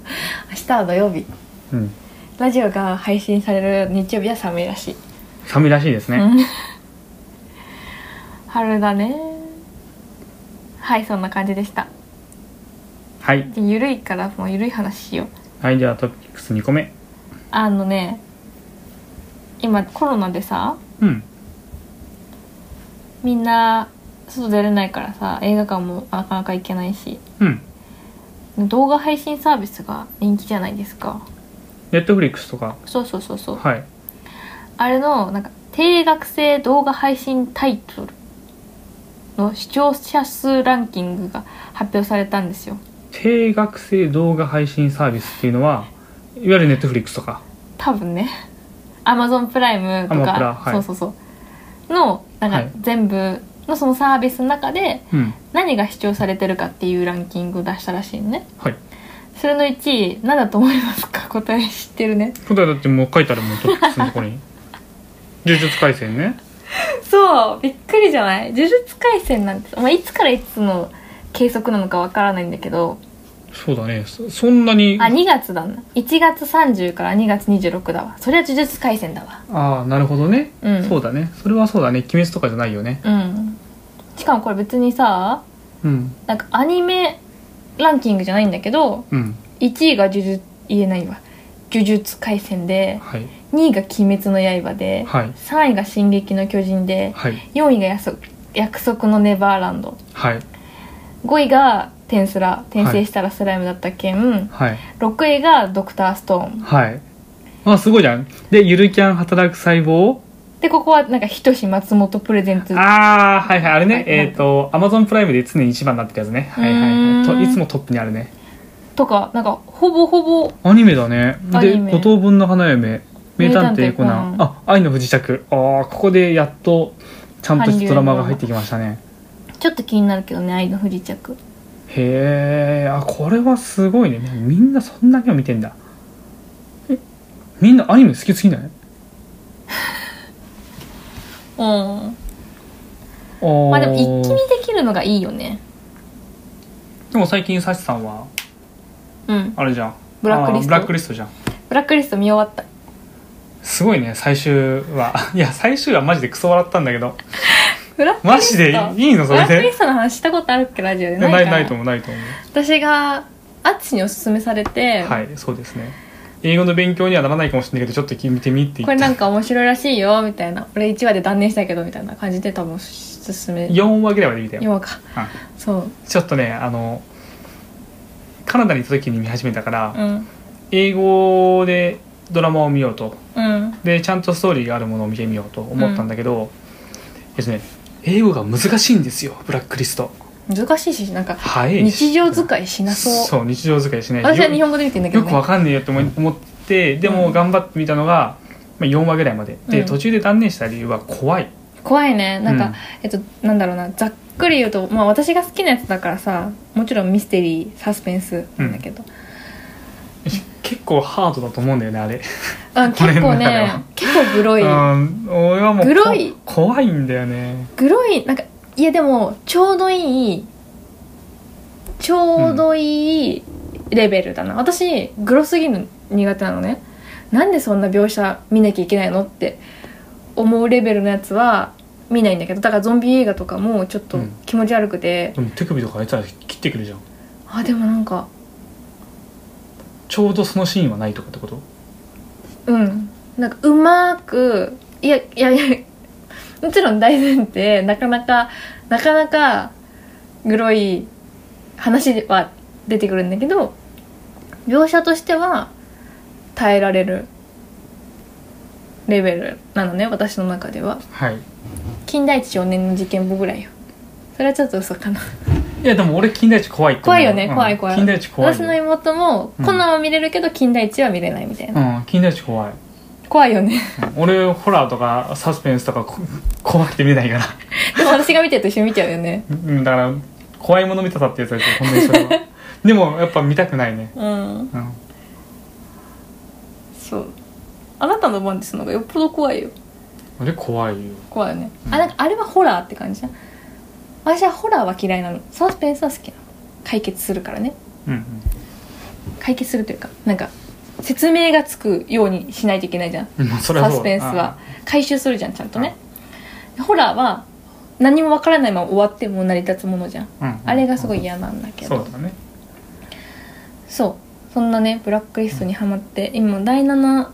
[SPEAKER 2] 明日は土曜日
[SPEAKER 1] うん
[SPEAKER 2] ラジオが配信される日曜日は寒いらしい
[SPEAKER 1] 寒いらしいですね、
[SPEAKER 2] うん 春だねはいそんな感じでした
[SPEAKER 1] はい
[SPEAKER 2] でゆるいからもうゆるい話しよう
[SPEAKER 1] はいではトピックス2個目
[SPEAKER 2] あのね今コロナでさ
[SPEAKER 1] うん
[SPEAKER 2] みんな外出れないからさ映画館もなかなか行けないし
[SPEAKER 1] うん
[SPEAKER 2] 動画配信サービスが人気じゃないですか
[SPEAKER 1] ネットフリックスとか
[SPEAKER 2] そうそうそうそう
[SPEAKER 1] はい
[SPEAKER 2] あれのなんか定額制動画配信タイトルの視聴者数ランキングが発表されたんですよ
[SPEAKER 1] 定額制動画配信サービスっていうのはいわゆるネットフリックスとか
[SPEAKER 2] 多分ね アマゾンプライムと
[SPEAKER 1] Amazon プラ
[SPEAKER 2] か、
[SPEAKER 1] はい
[SPEAKER 2] そうそうそうのなん
[SPEAKER 1] は
[SPEAKER 2] か
[SPEAKER 1] い
[SPEAKER 2] 全部のそのサービスの中で
[SPEAKER 1] うん
[SPEAKER 2] 何が視聴されてるかっていうランキングを出したらしいのね
[SPEAKER 1] はい
[SPEAKER 2] それの1位何だと思いますか 答え知ってるね
[SPEAKER 1] 答えだってもう書いてあるもんトピックスのとこ に呪術廻戦ね
[SPEAKER 2] そうびっくりじゃない呪術廻戦なんて、まあ、いつからいつの計測なのかわからないんだけど
[SPEAKER 1] そうだねそそんなに
[SPEAKER 2] あ2月だな1月30から2月26だわそれは呪術廻戦だわ
[SPEAKER 1] ああなるほどね、
[SPEAKER 2] うん
[SPEAKER 1] そうだねそれはそうだね鬼滅とかじゃないよね
[SPEAKER 2] うんしかもこれ別にさ
[SPEAKER 1] うん
[SPEAKER 2] なんかアニメランキングじゃないんだけど
[SPEAKER 1] うん
[SPEAKER 2] 1位が呪術言えないわ呪術廻戦で
[SPEAKER 1] はい
[SPEAKER 2] 2位が「鬼滅の刃で」
[SPEAKER 1] はい
[SPEAKER 2] 3位が「進撃の巨人」で
[SPEAKER 1] はい
[SPEAKER 2] 4位がやそ「約束のネバーランド
[SPEAKER 1] はい」
[SPEAKER 2] 5位が「転スラ」転生したらスライムだったけん、
[SPEAKER 1] はい
[SPEAKER 2] 6位が「ドクターストーン
[SPEAKER 1] はいあすごいじゃんでゆるキャン働く細胞」
[SPEAKER 2] でここはなんか「ひとし松本プレゼンツ」
[SPEAKER 1] ああはいはいあれね、
[SPEAKER 2] はい
[SPEAKER 1] えっ、とアマゾンプライムで常に一番になってるやつねはいはいは
[SPEAKER 2] う
[SPEAKER 1] い
[SPEAKER 2] ーん
[SPEAKER 1] といつもトップにあるね
[SPEAKER 2] とかなんかほぼほぼ
[SPEAKER 1] アニメだね
[SPEAKER 2] ア
[SPEAKER 1] で
[SPEAKER 2] ニメ
[SPEAKER 1] 五等分の花嫁名探偵コナ
[SPEAKER 2] 名
[SPEAKER 1] ン
[SPEAKER 2] 探偵コナン
[SPEAKER 1] あ愛の不時着ああここでやっとちゃんとしたドラマが入ってきましたね
[SPEAKER 2] ちょっと気になるけどね「愛の不時着
[SPEAKER 1] へえあこれはすごいねみんなそんなには見てんだえみんなアニメ好きすぎない」
[SPEAKER 2] うん
[SPEAKER 1] あー
[SPEAKER 2] まあでも一気にできるのがいいよね
[SPEAKER 1] でも最近サチさんは
[SPEAKER 2] うん
[SPEAKER 1] あれじゃん
[SPEAKER 2] ブラックリ
[SPEAKER 1] あー
[SPEAKER 2] スト
[SPEAKER 1] ブラックリストじゃん
[SPEAKER 2] ブラックリスト見終わった
[SPEAKER 1] すごいね最終は いや最終はマジでクソ笑ったんだけ ど
[SPEAKER 2] ブラック
[SPEAKER 1] マ
[SPEAKER 2] リ
[SPEAKER 1] ジ
[SPEAKER 2] スト
[SPEAKER 1] でいいのそ
[SPEAKER 2] ブ
[SPEAKER 1] れ
[SPEAKER 2] ラ ック
[SPEAKER 1] で
[SPEAKER 2] リストの話したことあるっけラジオで
[SPEAKER 1] いや
[SPEAKER 2] な
[SPEAKER 1] ないい
[SPEAKER 2] か
[SPEAKER 1] な
[SPEAKER 2] ら
[SPEAKER 1] いと思うないと思う
[SPEAKER 2] 私がアッチにおすすめされて、
[SPEAKER 1] はいそうですね英語の勉強にはならないかもしれないけどちょっと見てみって
[SPEAKER 2] こ
[SPEAKER 1] 言
[SPEAKER 2] れ
[SPEAKER 1] っ
[SPEAKER 2] なん
[SPEAKER 1] て
[SPEAKER 2] か面白いらしいよみたいな俺1話で断念したけどみたいな感じで多分おすすめ
[SPEAKER 1] 4話ぐらいまで見た
[SPEAKER 2] 4
[SPEAKER 1] よ
[SPEAKER 2] 話か
[SPEAKER 1] うん
[SPEAKER 2] そう
[SPEAKER 1] ちょっとねあのカナダに行った時に見始めたから、
[SPEAKER 2] うん
[SPEAKER 1] 英語でドラマを見ようと
[SPEAKER 2] うん
[SPEAKER 1] でちゃんとストーリーがあるものを見てみようと思ったんだけど、えっとね英語が難しいんですよブラックリスト
[SPEAKER 2] 難しいしなんか
[SPEAKER 1] 早いし
[SPEAKER 2] 日常使いしなそう
[SPEAKER 1] そう日常使いしない
[SPEAKER 2] 私は日
[SPEAKER 1] よ
[SPEAKER 2] 本語で見てんだけど、
[SPEAKER 1] よ
[SPEAKER 2] ね、
[SPEAKER 1] くわかんねえよって思い思ってで
[SPEAKER 2] う
[SPEAKER 1] も
[SPEAKER 2] ん
[SPEAKER 1] 頑張ってみたのが、まあ、4話ぐらいまでで、
[SPEAKER 2] うん
[SPEAKER 1] 途中で断念した理由は怖い
[SPEAKER 2] 怖いねなんか、
[SPEAKER 1] うん
[SPEAKER 2] えっとなんだろうなざっくり言うと、まあ、私が好きなやつだからさもちろんミステリーサスペンスなんだけど、
[SPEAKER 1] 結構ハードだと思うんだよねあれ
[SPEAKER 2] あ
[SPEAKER 1] これ
[SPEAKER 2] 結構
[SPEAKER 1] の中で
[SPEAKER 2] ね
[SPEAKER 1] は
[SPEAKER 2] 結構グロい
[SPEAKER 1] うん俺はもう
[SPEAKER 2] グロい
[SPEAKER 1] こ怖いんだよね
[SPEAKER 2] グロいなんかいやでもちょうどいいちょうどいいレベルだな、私グロすぎるの苦手なのねなんでそんな描写見なきゃいけないのって思うレベルのやつは見ないんだけどだからゾンビ映画とかもちょっと気持ち悪くて、
[SPEAKER 1] でも手首とかあいつら切ってくるじゃん
[SPEAKER 2] あでもなんか
[SPEAKER 1] ちょうどそのシーンはないとかってこと
[SPEAKER 2] うんなんかうまくいやいやいやもちろん大前提なかなかなかなかグロい話は出てくるんだけど描写としては耐えられるレベルなのね私の中では
[SPEAKER 1] はい
[SPEAKER 2] 金田一少年の事件簿ぐらいよそれはちょっと嘘かない
[SPEAKER 1] やでも俺金田一怖いって思う
[SPEAKER 2] 怖いよね
[SPEAKER 1] うん
[SPEAKER 2] 怖い怖い
[SPEAKER 1] 金田一怖い
[SPEAKER 2] 私の
[SPEAKER 1] よ
[SPEAKER 2] 妹も
[SPEAKER 1] うん
[SPEAKER 2] コナンは見れるけど金田一は見れないみたいな、
[SPEAKER 1] うん金田一怖い
[SPEAKER 2] 怖いよ ね
[SPEAKER 1] うん俺ホラーとかサスペンスとかこ怖くて見ないから
[SPEAKER 2] でも私が見てると一緒に見ちゃうよね
[SPEAKER 1] うんだから怖いもの見たさってやつだけどほんとにそれ はでもやっぱ見たくないね
[SPEAKER 2] うん
[SPEAKER 1] うん
[SPEAKER 2] そうあなたの番ですのがよっぽど怖いよ
[SPEAKER 1] 俺怖いよ
[SPEAKER 2] 怖いよね、あなんかあれはホラーって感じじゃん私はホラーは嫌いなのサスペンスは好きなの解決するからね
[SPEAKER 1] うんうん
[SPEAKER 2] 解決するというかなんか説明がつくようにしないといけないじゃん
[SPEAKER 1] うんまあそれは
[SPEAKER 2] サ
[SPEAKER 1] そう
[SPEAKER 2] スペンスは回収するじゃんちゃんとね
[SPEAKER 1] あ
[SPEAKER 2] ホラーは何もわからないまま終わっても成り立つものじゃん
[SPEAKER 1] うんうん
[SPEAKER 2] あれがすご
[SPEAKER 1] い
[SPEAKER 2] い嫌なんだけど、
[SPEAKER 1] そうだね
[SPEAKER 2] そうそんなねブラックリストにハマって今第7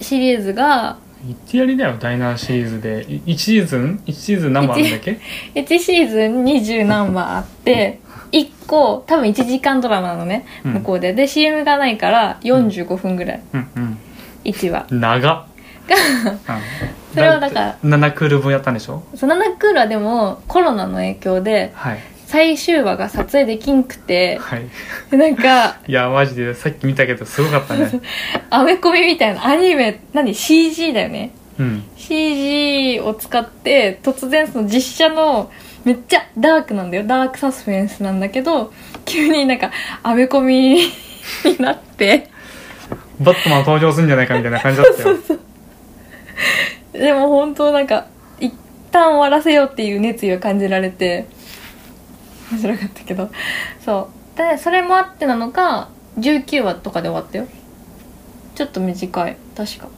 [SPEAKER 2] シリーズが
[SPEAKER 1] 言ってやりだよ第7シリーズで1シーズン1シーズン何番あるんだっけ
[SPEAKER 2] 1シーズン20何話あって1個多分1時間ドラマなのね、
[SPEAKER 1] うん
[SPEAKER 2] 向こうでで CM がないから45分ぐらい、
[SPEAKER 1] うん
[SPEAKER 2] 1話
[SPEAKER 1] うん 長っ、うん、
[SPEAKER 2] それはだから
[SPEAKER 1] 7クール分やったんでしょ
[SPEAKER 2] そのナクールはでもコロナの影響で
[SPEAKER 1] はい
[SPEAKER 2] 最終話が撮影できんくて
[SPEAKER 1] はい
[SPEAKER 2] なんか
[SPEAKER 1] いやマジでさっき見たけどすごかったね
[SPEAKER 2] アメコミみたいなアニメ何 CG だよね
[SPEAKER 1] うん
[SPEAKER 2] CG を使って突然その実写のめっちゃダークなんだよダークサスペンスなんだけど急になんかアメコミになって
[SPEAKER 1] バットマン登場するんじゃないかみたいな感じだ ったよ
[SPEAKER 2] でも本当なんか一旦終わらせようっていう熱意を感じられて面白かったけどそうでそれもあってなのか19話とかで終わったよちょっと短い確か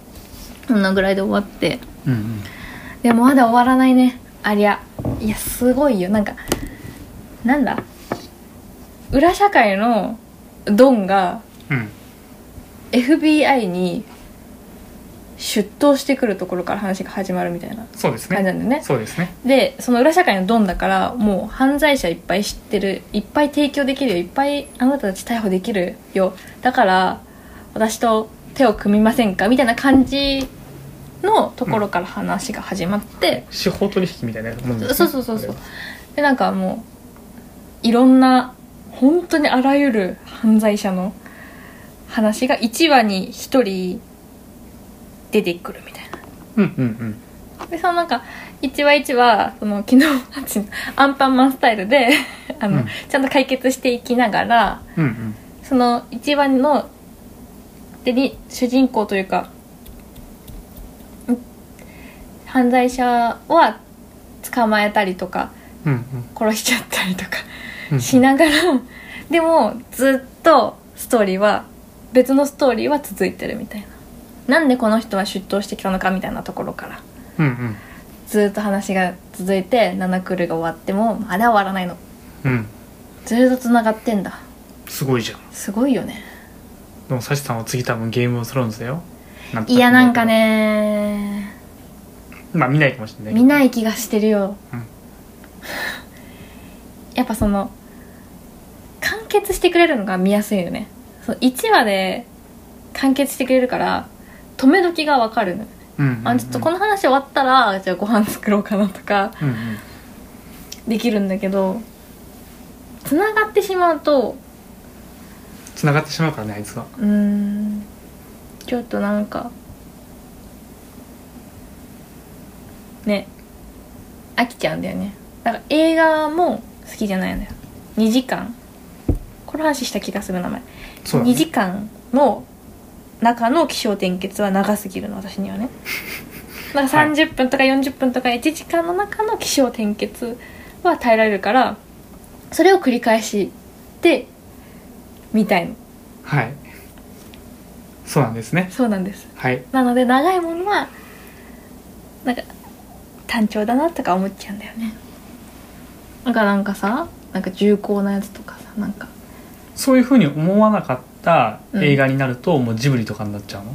[SPEAKER 2] そんなぐらいで終わって
[SPEAKER 1] うんうん
[SPEAKER 2] でもまだ終わらないねありゃいやすごいよなんかなんだ裏社会のドンが
[SPEAKER 1] うん
[SPEAKER 2] FBI に出頭してくるところから話が始まるみたいな
[SPEAKER 1] そうです
[SPEAKER 2] 感じな
[SPEAKER 1] ね
[SPEAKER 2] んだよね
[SPEAKER 1] そうですね
[SPEAKER 2] でその裏社会のドンだからもう犯罪者いっぱい知ってるいっぱい提供できるよいっぱいあなたたち逮捕できるよだから私と手を組みませんかみたいな感じのところから話が始まって、
[SPEAKER 1] 司法取引みたいなやつもんですね
[SPEAKER 2] そうそうそうそう
[SPEAKER 1] あ
[SPEAKER 2] でなんかもういろんな本当にあらゆる犯罪者の話が1話に1人出てくるみたいな
[SPEAKER 1] れはうんうん
[SPEAKER 2] でそのなんか一話一話その昨日あちアンパンマンスタイルで あの、
[SPEAKER 1] うん
[SPEAKER 2] ちゃんと解決していきながら
[SPEAKER 1] うんうんうん
[SPEAKER 2] その一話のでに主人公というかん犯罪者は捕まえたりとか
[SPEAKER 1] うん
[SPEAKER 2] 殺しちゃったりとか
[SPEAKER 1] うん
[SPEAKER 2] しながらでもずっとストーリーは別のストーリーは続いてるみたいな。なんでこの人は出頭してきたのかみたいなところから
[SPEAKER 1] うんうん
[SPEAKER 2] ずーっと話が続いて7クールが終わってもまだ終わらないの
[SPEAKER 1] うん
[SPEAKER 2] ずーっとつながってんだ
[SPEAKER 1] すごいじゃん
[SPEAKER 2] すごいよね
[SPEAKER 1] でもサシさんは次多分ゲームをするんですよとく
[SPEAKER 2] いやなんかね
[SPEAKER 1] まあ見ないかもしれないけど
[SPEAKER 2] 見ない気がしてるよ、
[SPEAKER 1] うん
[SPEAKER 2] やっぱその完結してくれるのが見やすいよねそう1話で完結してくれるから止め時がわかるのよね
[SPEAKER 1] うんうんうん
[SPEAKER 2] あちょっとこの話終わったらじゃあご飯作ろうかなとか
[SPEAKER 1] うんうん
[SPEAKER 2] できるんだけどつながってしまうと
[SPEAKER 1] つながってしまうからねあいつは
[SPEAKER 2] うーんちょっとなんかね飽きちゃうんだよねなんか映画も好きじゃないのよ2時間この話した気がする名前、
[SPEAKER 1] そうだ、ね、
[SPEAKER 2] 2時間の中の起承転結は長すぎるの私に はねなんか
[SPEAKER 1] はい
[SPEAKER 2] 30分とか40分とか1時間の中の起承転結は耐えられるからそれを繰り返してみたいの
[SPEAKER 1] はいそうなんですね
[SPEAKER 2] そうなんです
[SPEAKER 1] はい
[SPEAKER 2] なので長いものはなんか単調だなとか思っちゃうんだよねなんかなんかさなんか重厚なやつとかさなんか
[SPEAKER 1] そういうふうに思わなかった
[SPEAKER 2] うん
[SPEAKER 1] 映画になると、もうジブリとかになっちゃうの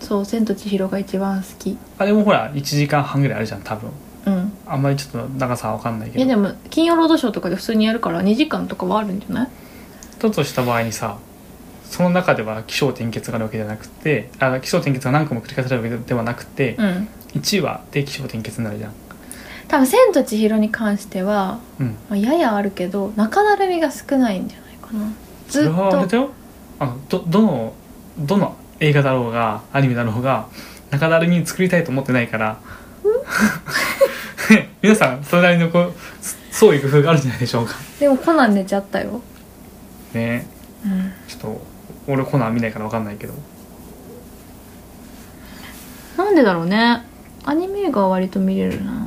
[SPEAKER 2] そう「千と千尋」が一番好き
[SPEAKER 1] あれもほら1時間半ぐらいあるじゃん多分
[SPEAKER 2] うん
[SPEAKER 1] あんまりちょっと長さは分かんないけ
[SPEAKER 2] いや
[SPEAKER 1] ど
[SPEAKER 2] でも「金曜ロードショー」とかで普通にやるから2時間とかはあるんじゃない
[SPEAKER 1] だとした場合にさその中では起承転結があるわけじゃなくてあ起承転結が何個も繰り返されるわけではなくて、
[SPEAKER 2] うん
[SPEAKER 1] 1話で起承転結になるじゃん
[SPEAKER 2] 多分「千と千尋」に関しては、
[SPEAKER 1] うん
[SPEAKER 2] まあ、ややあるけど中だるみが少ないんじゃないかな
[SPEAKER 1] そ
[SPEAKER 2] ずっ
[SPEAKER 1] れはあれ
[SPEAKER 2] と
[SPEAKER 1] だよあのどどのどの映画だろうがアニメだろうが中だるみに作りたいと思ってないから 皆さんそれなりのこうそういう工夫があるんじゃないでしょうか
[SPEAKER 2] でもコナン寝ちゃったよ
[SPEAKER 1] ね
[SPEAKER 2] うん
[SPEAKER 1] ちょっと俺コナン見ないから分かんないけど
[SPEAKER 2] なんでだろうねアニメ映画は割と見れるな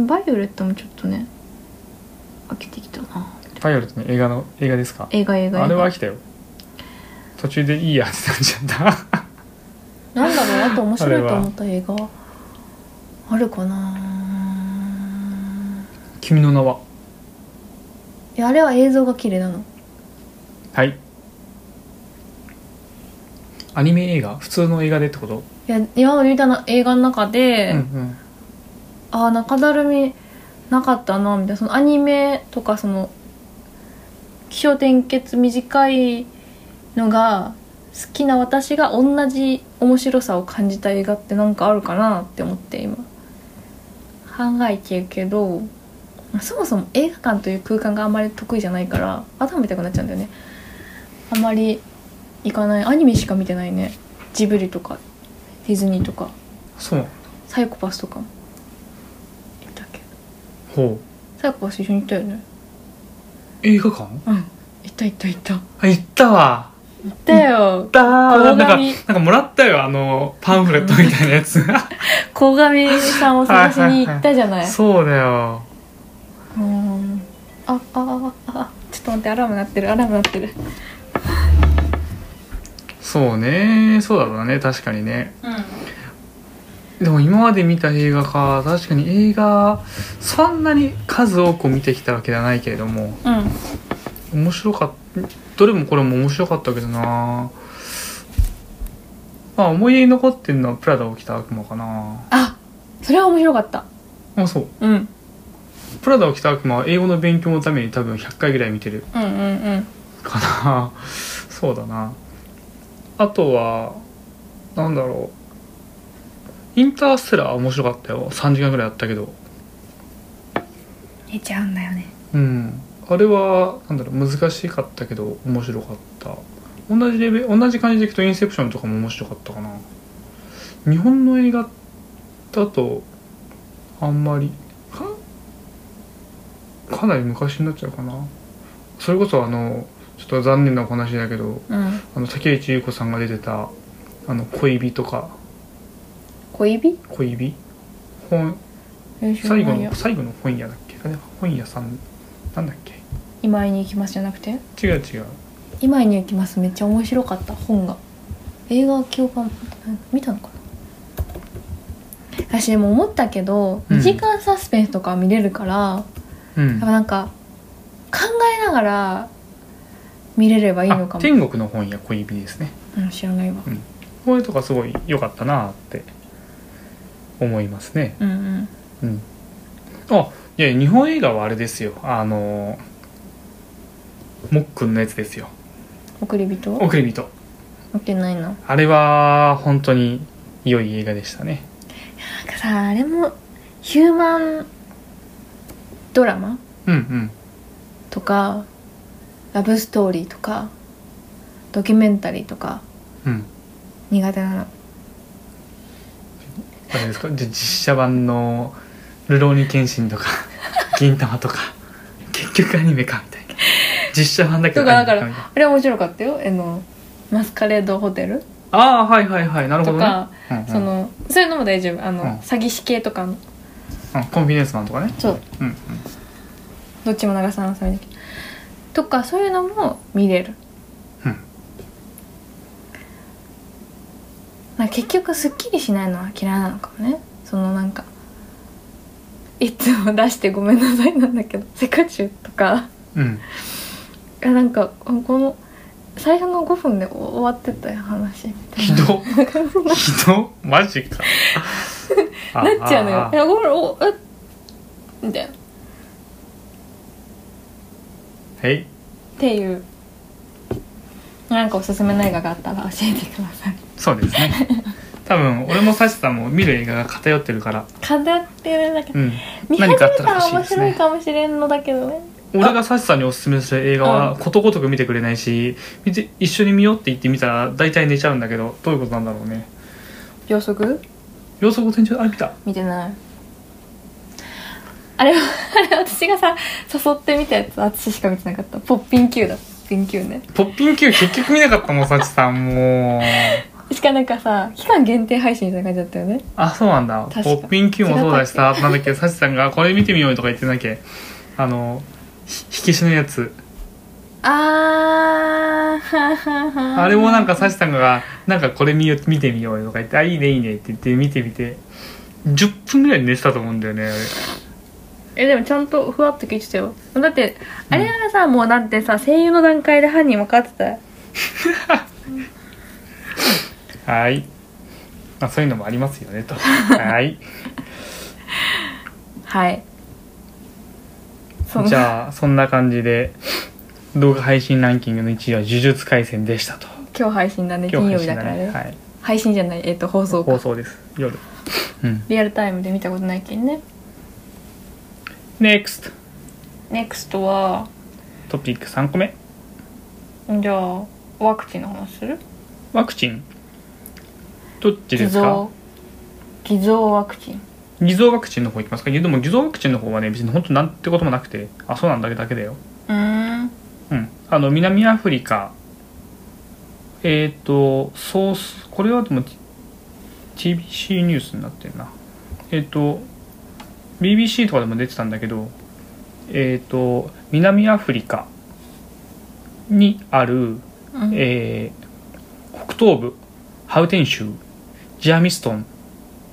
[SPEAKER 2] バイオレットもちょっとね飽きてきたな
[SPEAKER 1] バイオレットの映画の映画ですか
[SPEAKER 2] 映画映画映画
[SPEAKER 1] あれは飽きたよ途中でいいやってなっちゃった
[SPEAKER 2] なんだろうあと面
[SPEAKER 1] あれ
[SPEAKER 2] 白い
[SPEAKER 1] は
[SPEAKER 2] と思った映画あるかな
[SPEAKER 1] 君の名はい
[SPEAKER 2] やあれは映像が綺麗なの
[SPEAKER 1] はいアニメ映画普通の映画でってこと、
[SPEAKER 2] いや今まで見たの映画の中で、
[SPEAKER 1] うんうん
[SPEAKER 2] ああ中だるみなかったなみたいなそのアニメとかその起承転結短いのが好きな私が同じ面白さを感じた映画ってなんかあるかなって思って今考えてるけどそもそも映画館という空間があまり得意じゃないから頭見たくなっちゃうんだよねあまり行かないアニメしか見てないねジブリとかディズニーとか
[SPEAKER 1] そう
[SPEAKER 2] サイコパスとかも行ったっけ
[SPEAKER 1] ほう
[SPEAKER 2] サイコパス一緒に行ったよね
[SPEAKER 1] 映画館
[SPEAKER 2] うん行った行った行った行
[SPEAKER 1] あ行ったわ
[SPEAKER 2] ったよ
[SPEAKER 1] だーなん
[SPEAKER 2] 動画
[SPEAKER 1] か
[SPEAKER 2] 見
[SPEAKER 1] なんかもらったよあのパンフレットみたいなやつ
[SPEAKER 2] 鴻上さんを探しに行ったじゃない
[SPEAKER 1] そうだよ
[SPEAKER 2] うんああああちょっと待ってアラーム鳴ってるアラーム鳴ってる
[SPEAKER 1] そうねそうだろうね確かにね
[SPEAKER 2] う
[SPEAKER 1] でも今まで見た映画か確かに映画そんなに数多く見てきたわけではないけれども
[SPEAKER 2] んうん
[SPEAKER 1] 面白かったどれもこれも面白かったけどなまあ思い出に残ってるのは「プラダを着た悪魔」かな
[SPEAKER 2] あそれは面白かった
[SPEAKER 1] あそう
[SPEAKER 2] うんうん
[SPEAKER 1] 「プラダを着た悪魔」は英語の勉強のために多分100回ぐらい見てる
[SPEAKER 2] うんうん
[SPEAKER 1] かな そうだなあとはなんだろうインターステラーは面白かったよ3時間ぐらいあったけど
[SPEAKER 2] 寝ちゃうんだよね
[SPEAKER 1] うんあれはなんだろう難しかったけど面白かった同じレベル同じ感じでいくとインセプションとかも面白かったかな日本の映画だとあんまりかかなり昔になっちゃうかなそれこそあのちょっと残念なお話だけど
[SPEAKER 2] うん
[SPEAKER 1] あの竹内優子さんが出てた「あの恋人」か
[SPEAKER 2] 小指
[SPEAKER 1] 「恋人」本最後の最後の本屋だっけあれ本屋さんなんだっけ
[SPEAKER 2] 今井に行きますじゃなくて
[SPEAKER 1] 違う違う
[SPEAKER 2] 今井に行きますめっちゃ面白かった本が映画は記憶は見たのかな私でも思ったけど、
[SPEAKER 1] うん
[SPEAKER 2] 2時間サスペンスとかは見れるからや
[SPEAKER 1] うん
[SPEAKER 2] っぱなんか考えながら見れればいいの
[SPEAKER 1] あ
[SPEAKER 2] かも、
[SPEAKER 1] 天国の本屋恋人ですね
[SPEAKER 2] うん、知らないわ
[SPEAKER 1] これとかすごい良かったなって思いますね
[SPEAKER 2] うんうん
[SPEAKER 1] うんあいや日本映画はあれですよあのもっくんのやつですよ
[SPEAKER 2] 送り人
[SPEAKER 1] 送り人
[SPEAKER 2] 見てないな
[SPEAKER 1] あれは本当に良い映画でしたね
[SPEAKER 2] なんかさあれもヒューマンドラマ
[SPEAKER 1] うんうん
[SPEAKER 2] とかラブストーリーとかドキュメンタリーとか
[SPEAKER 1] うん
[SPEAKER 2] 苦手なの
[SPEAKER 1] あれですかじゃあ実写版の「ルローニケンシン」 とか「銀魂」とか結局アニメかみたいな実写版だけ
[SPEAKER 2] と
[SPEAKER 1] ど
[SPEAKER 2] かだ
[SPEAKER 1] アニ
[SPEAKER 2] か
[SPEAKER 1] メかみたい
[SPEAKER 2] ら
[SPEAKER 1] な
[SPEAKER 2] あれは面白かったよあのマスカレードホテル
[SPEAKER 1] ああはいはいはいなるほど
[SPEAKER 2] と
[SPEAKER 1] ね
[SPEAKER 2] か、
[SPEAKER 1] うんうん
[SPEAKER 2] そのそういうのも大丈夫あの、
[SPEAKER 1] うん
[SPEAKER 2] 詐欺師系とか
[SPEAKER 1] う
[SPEAKER 2] の
[SPEAKER 1] んコンフィデンスマンとかね
[SPEAKER 2] そう
[SPEAKER 1] うんうん
[SPEAKER 2] どっちも長澤まさみだけどとかそういうのも見れる
[SPEAKER 1] うん
[SPEAKER 2] なんか結局すっきりしないのは嫌いなのかもねそのなんかいつも出してごめんなさいなんだけど世界中とか
[SPEAKER 1] うん
[SPEAKER 2] いやなんかこの最初の5分で終わってたよ話みたい
[SPEAKER 1] ひどっ ひどっマジか
[SPEAKER 2] ななっちゃうのよ
[SPEAKER 1] あ
[SPEAKER 2] いやごめんおえみたいなっ
[SPEAKER 1] はい
[SPEAKER 2] ていうなんかおすすめの映画があったら教えてください
[SPEAKER 1] そうですね多分俺もサシさんも見る映画が偏ってるから、
[SPEAKER 2] 飾ってるだけ
[SPEAKER 1] うん、
[SPEAKER 2] 見始
[SPEAKER 1] 何
[SPEAKER 2] め
[SPEAKER 1] かあったら
[SPEAKER 2] た
[SPEAKER 1] 欲
[SPEAKER 2] ら
[SPEAKER 1] しい
[SPEAKER 2] 面
[SPEAKER 1] です
[SPEAKER 2] 白い
[SPEAKER 1] ね
[SPEAKER 2] かもしれんのだけどね
[SPEAKER 1] 俺がサシさんにおすすめする映画
[SPEAKER 2] う
[SPEAKER 1] は
[SPEAKER 2] ん
[SPEAKER 1] ことごとく見てくれないし見て一緒に見ようって言ってみたら大体寝ちゃうんだけどどういうことなんだろうね
[SPEAKER 2] 秒速
[SPEAKER 1] 要素午天中あれ見た
[SPEAKER 2] 見てないあれは あれ私がさ誘ってみたやつ私しか見てなかったポッピン Q だポッピン Q ね
[SPEAKER 1] ポッピン Q 結局見なかったもんサチさんもう
[SPEAKER 2] しかなんかさ期間限定配信みたいな感じだったよね
[SPEAKER 1] あそうなんだ
[SPEAKER 2] 確か
[SPEAKER 1] ポッピン Q もそうだしさなんだっけサチさんがこれ見てみようとか言ってなきゃあのひ引きしのやつ
[SPEAKER 2] あー
[SPEAKER 1] あれもなんかサ
[SPEAKER 2] さ
[SPEAKER 1] シさんが「なんかこれ見よ見てみようよ」とか言って「あいいねいいね」って言って見てみて10分ぐらい寝てたと思うんだよねあれ
[SPEAKER 2] えでもちゃんとふわっと聞いてたよだってあれはさ、もうだってさ声優の段階で犯人分かってたよ
[SPEAKER 1] はい、まあ、そういうのもありますよねと はい
[SPEAKER 2] はい
[SPEAKER 1] じゃあそんな感じで動画配信ランキングの1位は「呪術廻戦」でしたと
[SPEAKER 2] 今日配信だね金曜日だからね
[SPEAKER 1] 配信だはい、
[SPEAKER 2] 配信じゃないえっ、と放送か
[SPEAKER 1] 放送です夜うん
[SPEAKER 2] リアルタイムで見たことないけんね
[SPEAKER 1] NEXT
[SPEAKER 2] NEXT は
[SPEAKER 1] トピック3個目
[SPEAKER 2] じゃあワクチンの話する
[SPEAKER 1] ワクチンどっちですか
[SPEAKER 2] 偽造ワクチン
[SPEAKER 1] 偽造ワクチンの方行きますかいやでも偽造ワクチンの方はね別に本当なんてこともなくてあそうなんだけだけだよ
[SPEAKER 2] うーん
[SPEAKER 1] うん、あの南アフリカえっ、とソースこれはでも T- TBC ニュースになってるなえっ、と BBC とかでも出てたんだけどえっ、と南アフリカにある、
[SPEAKER 2] うん
[SPEAKER 1] えー北東部ハウテン州ジャーミストン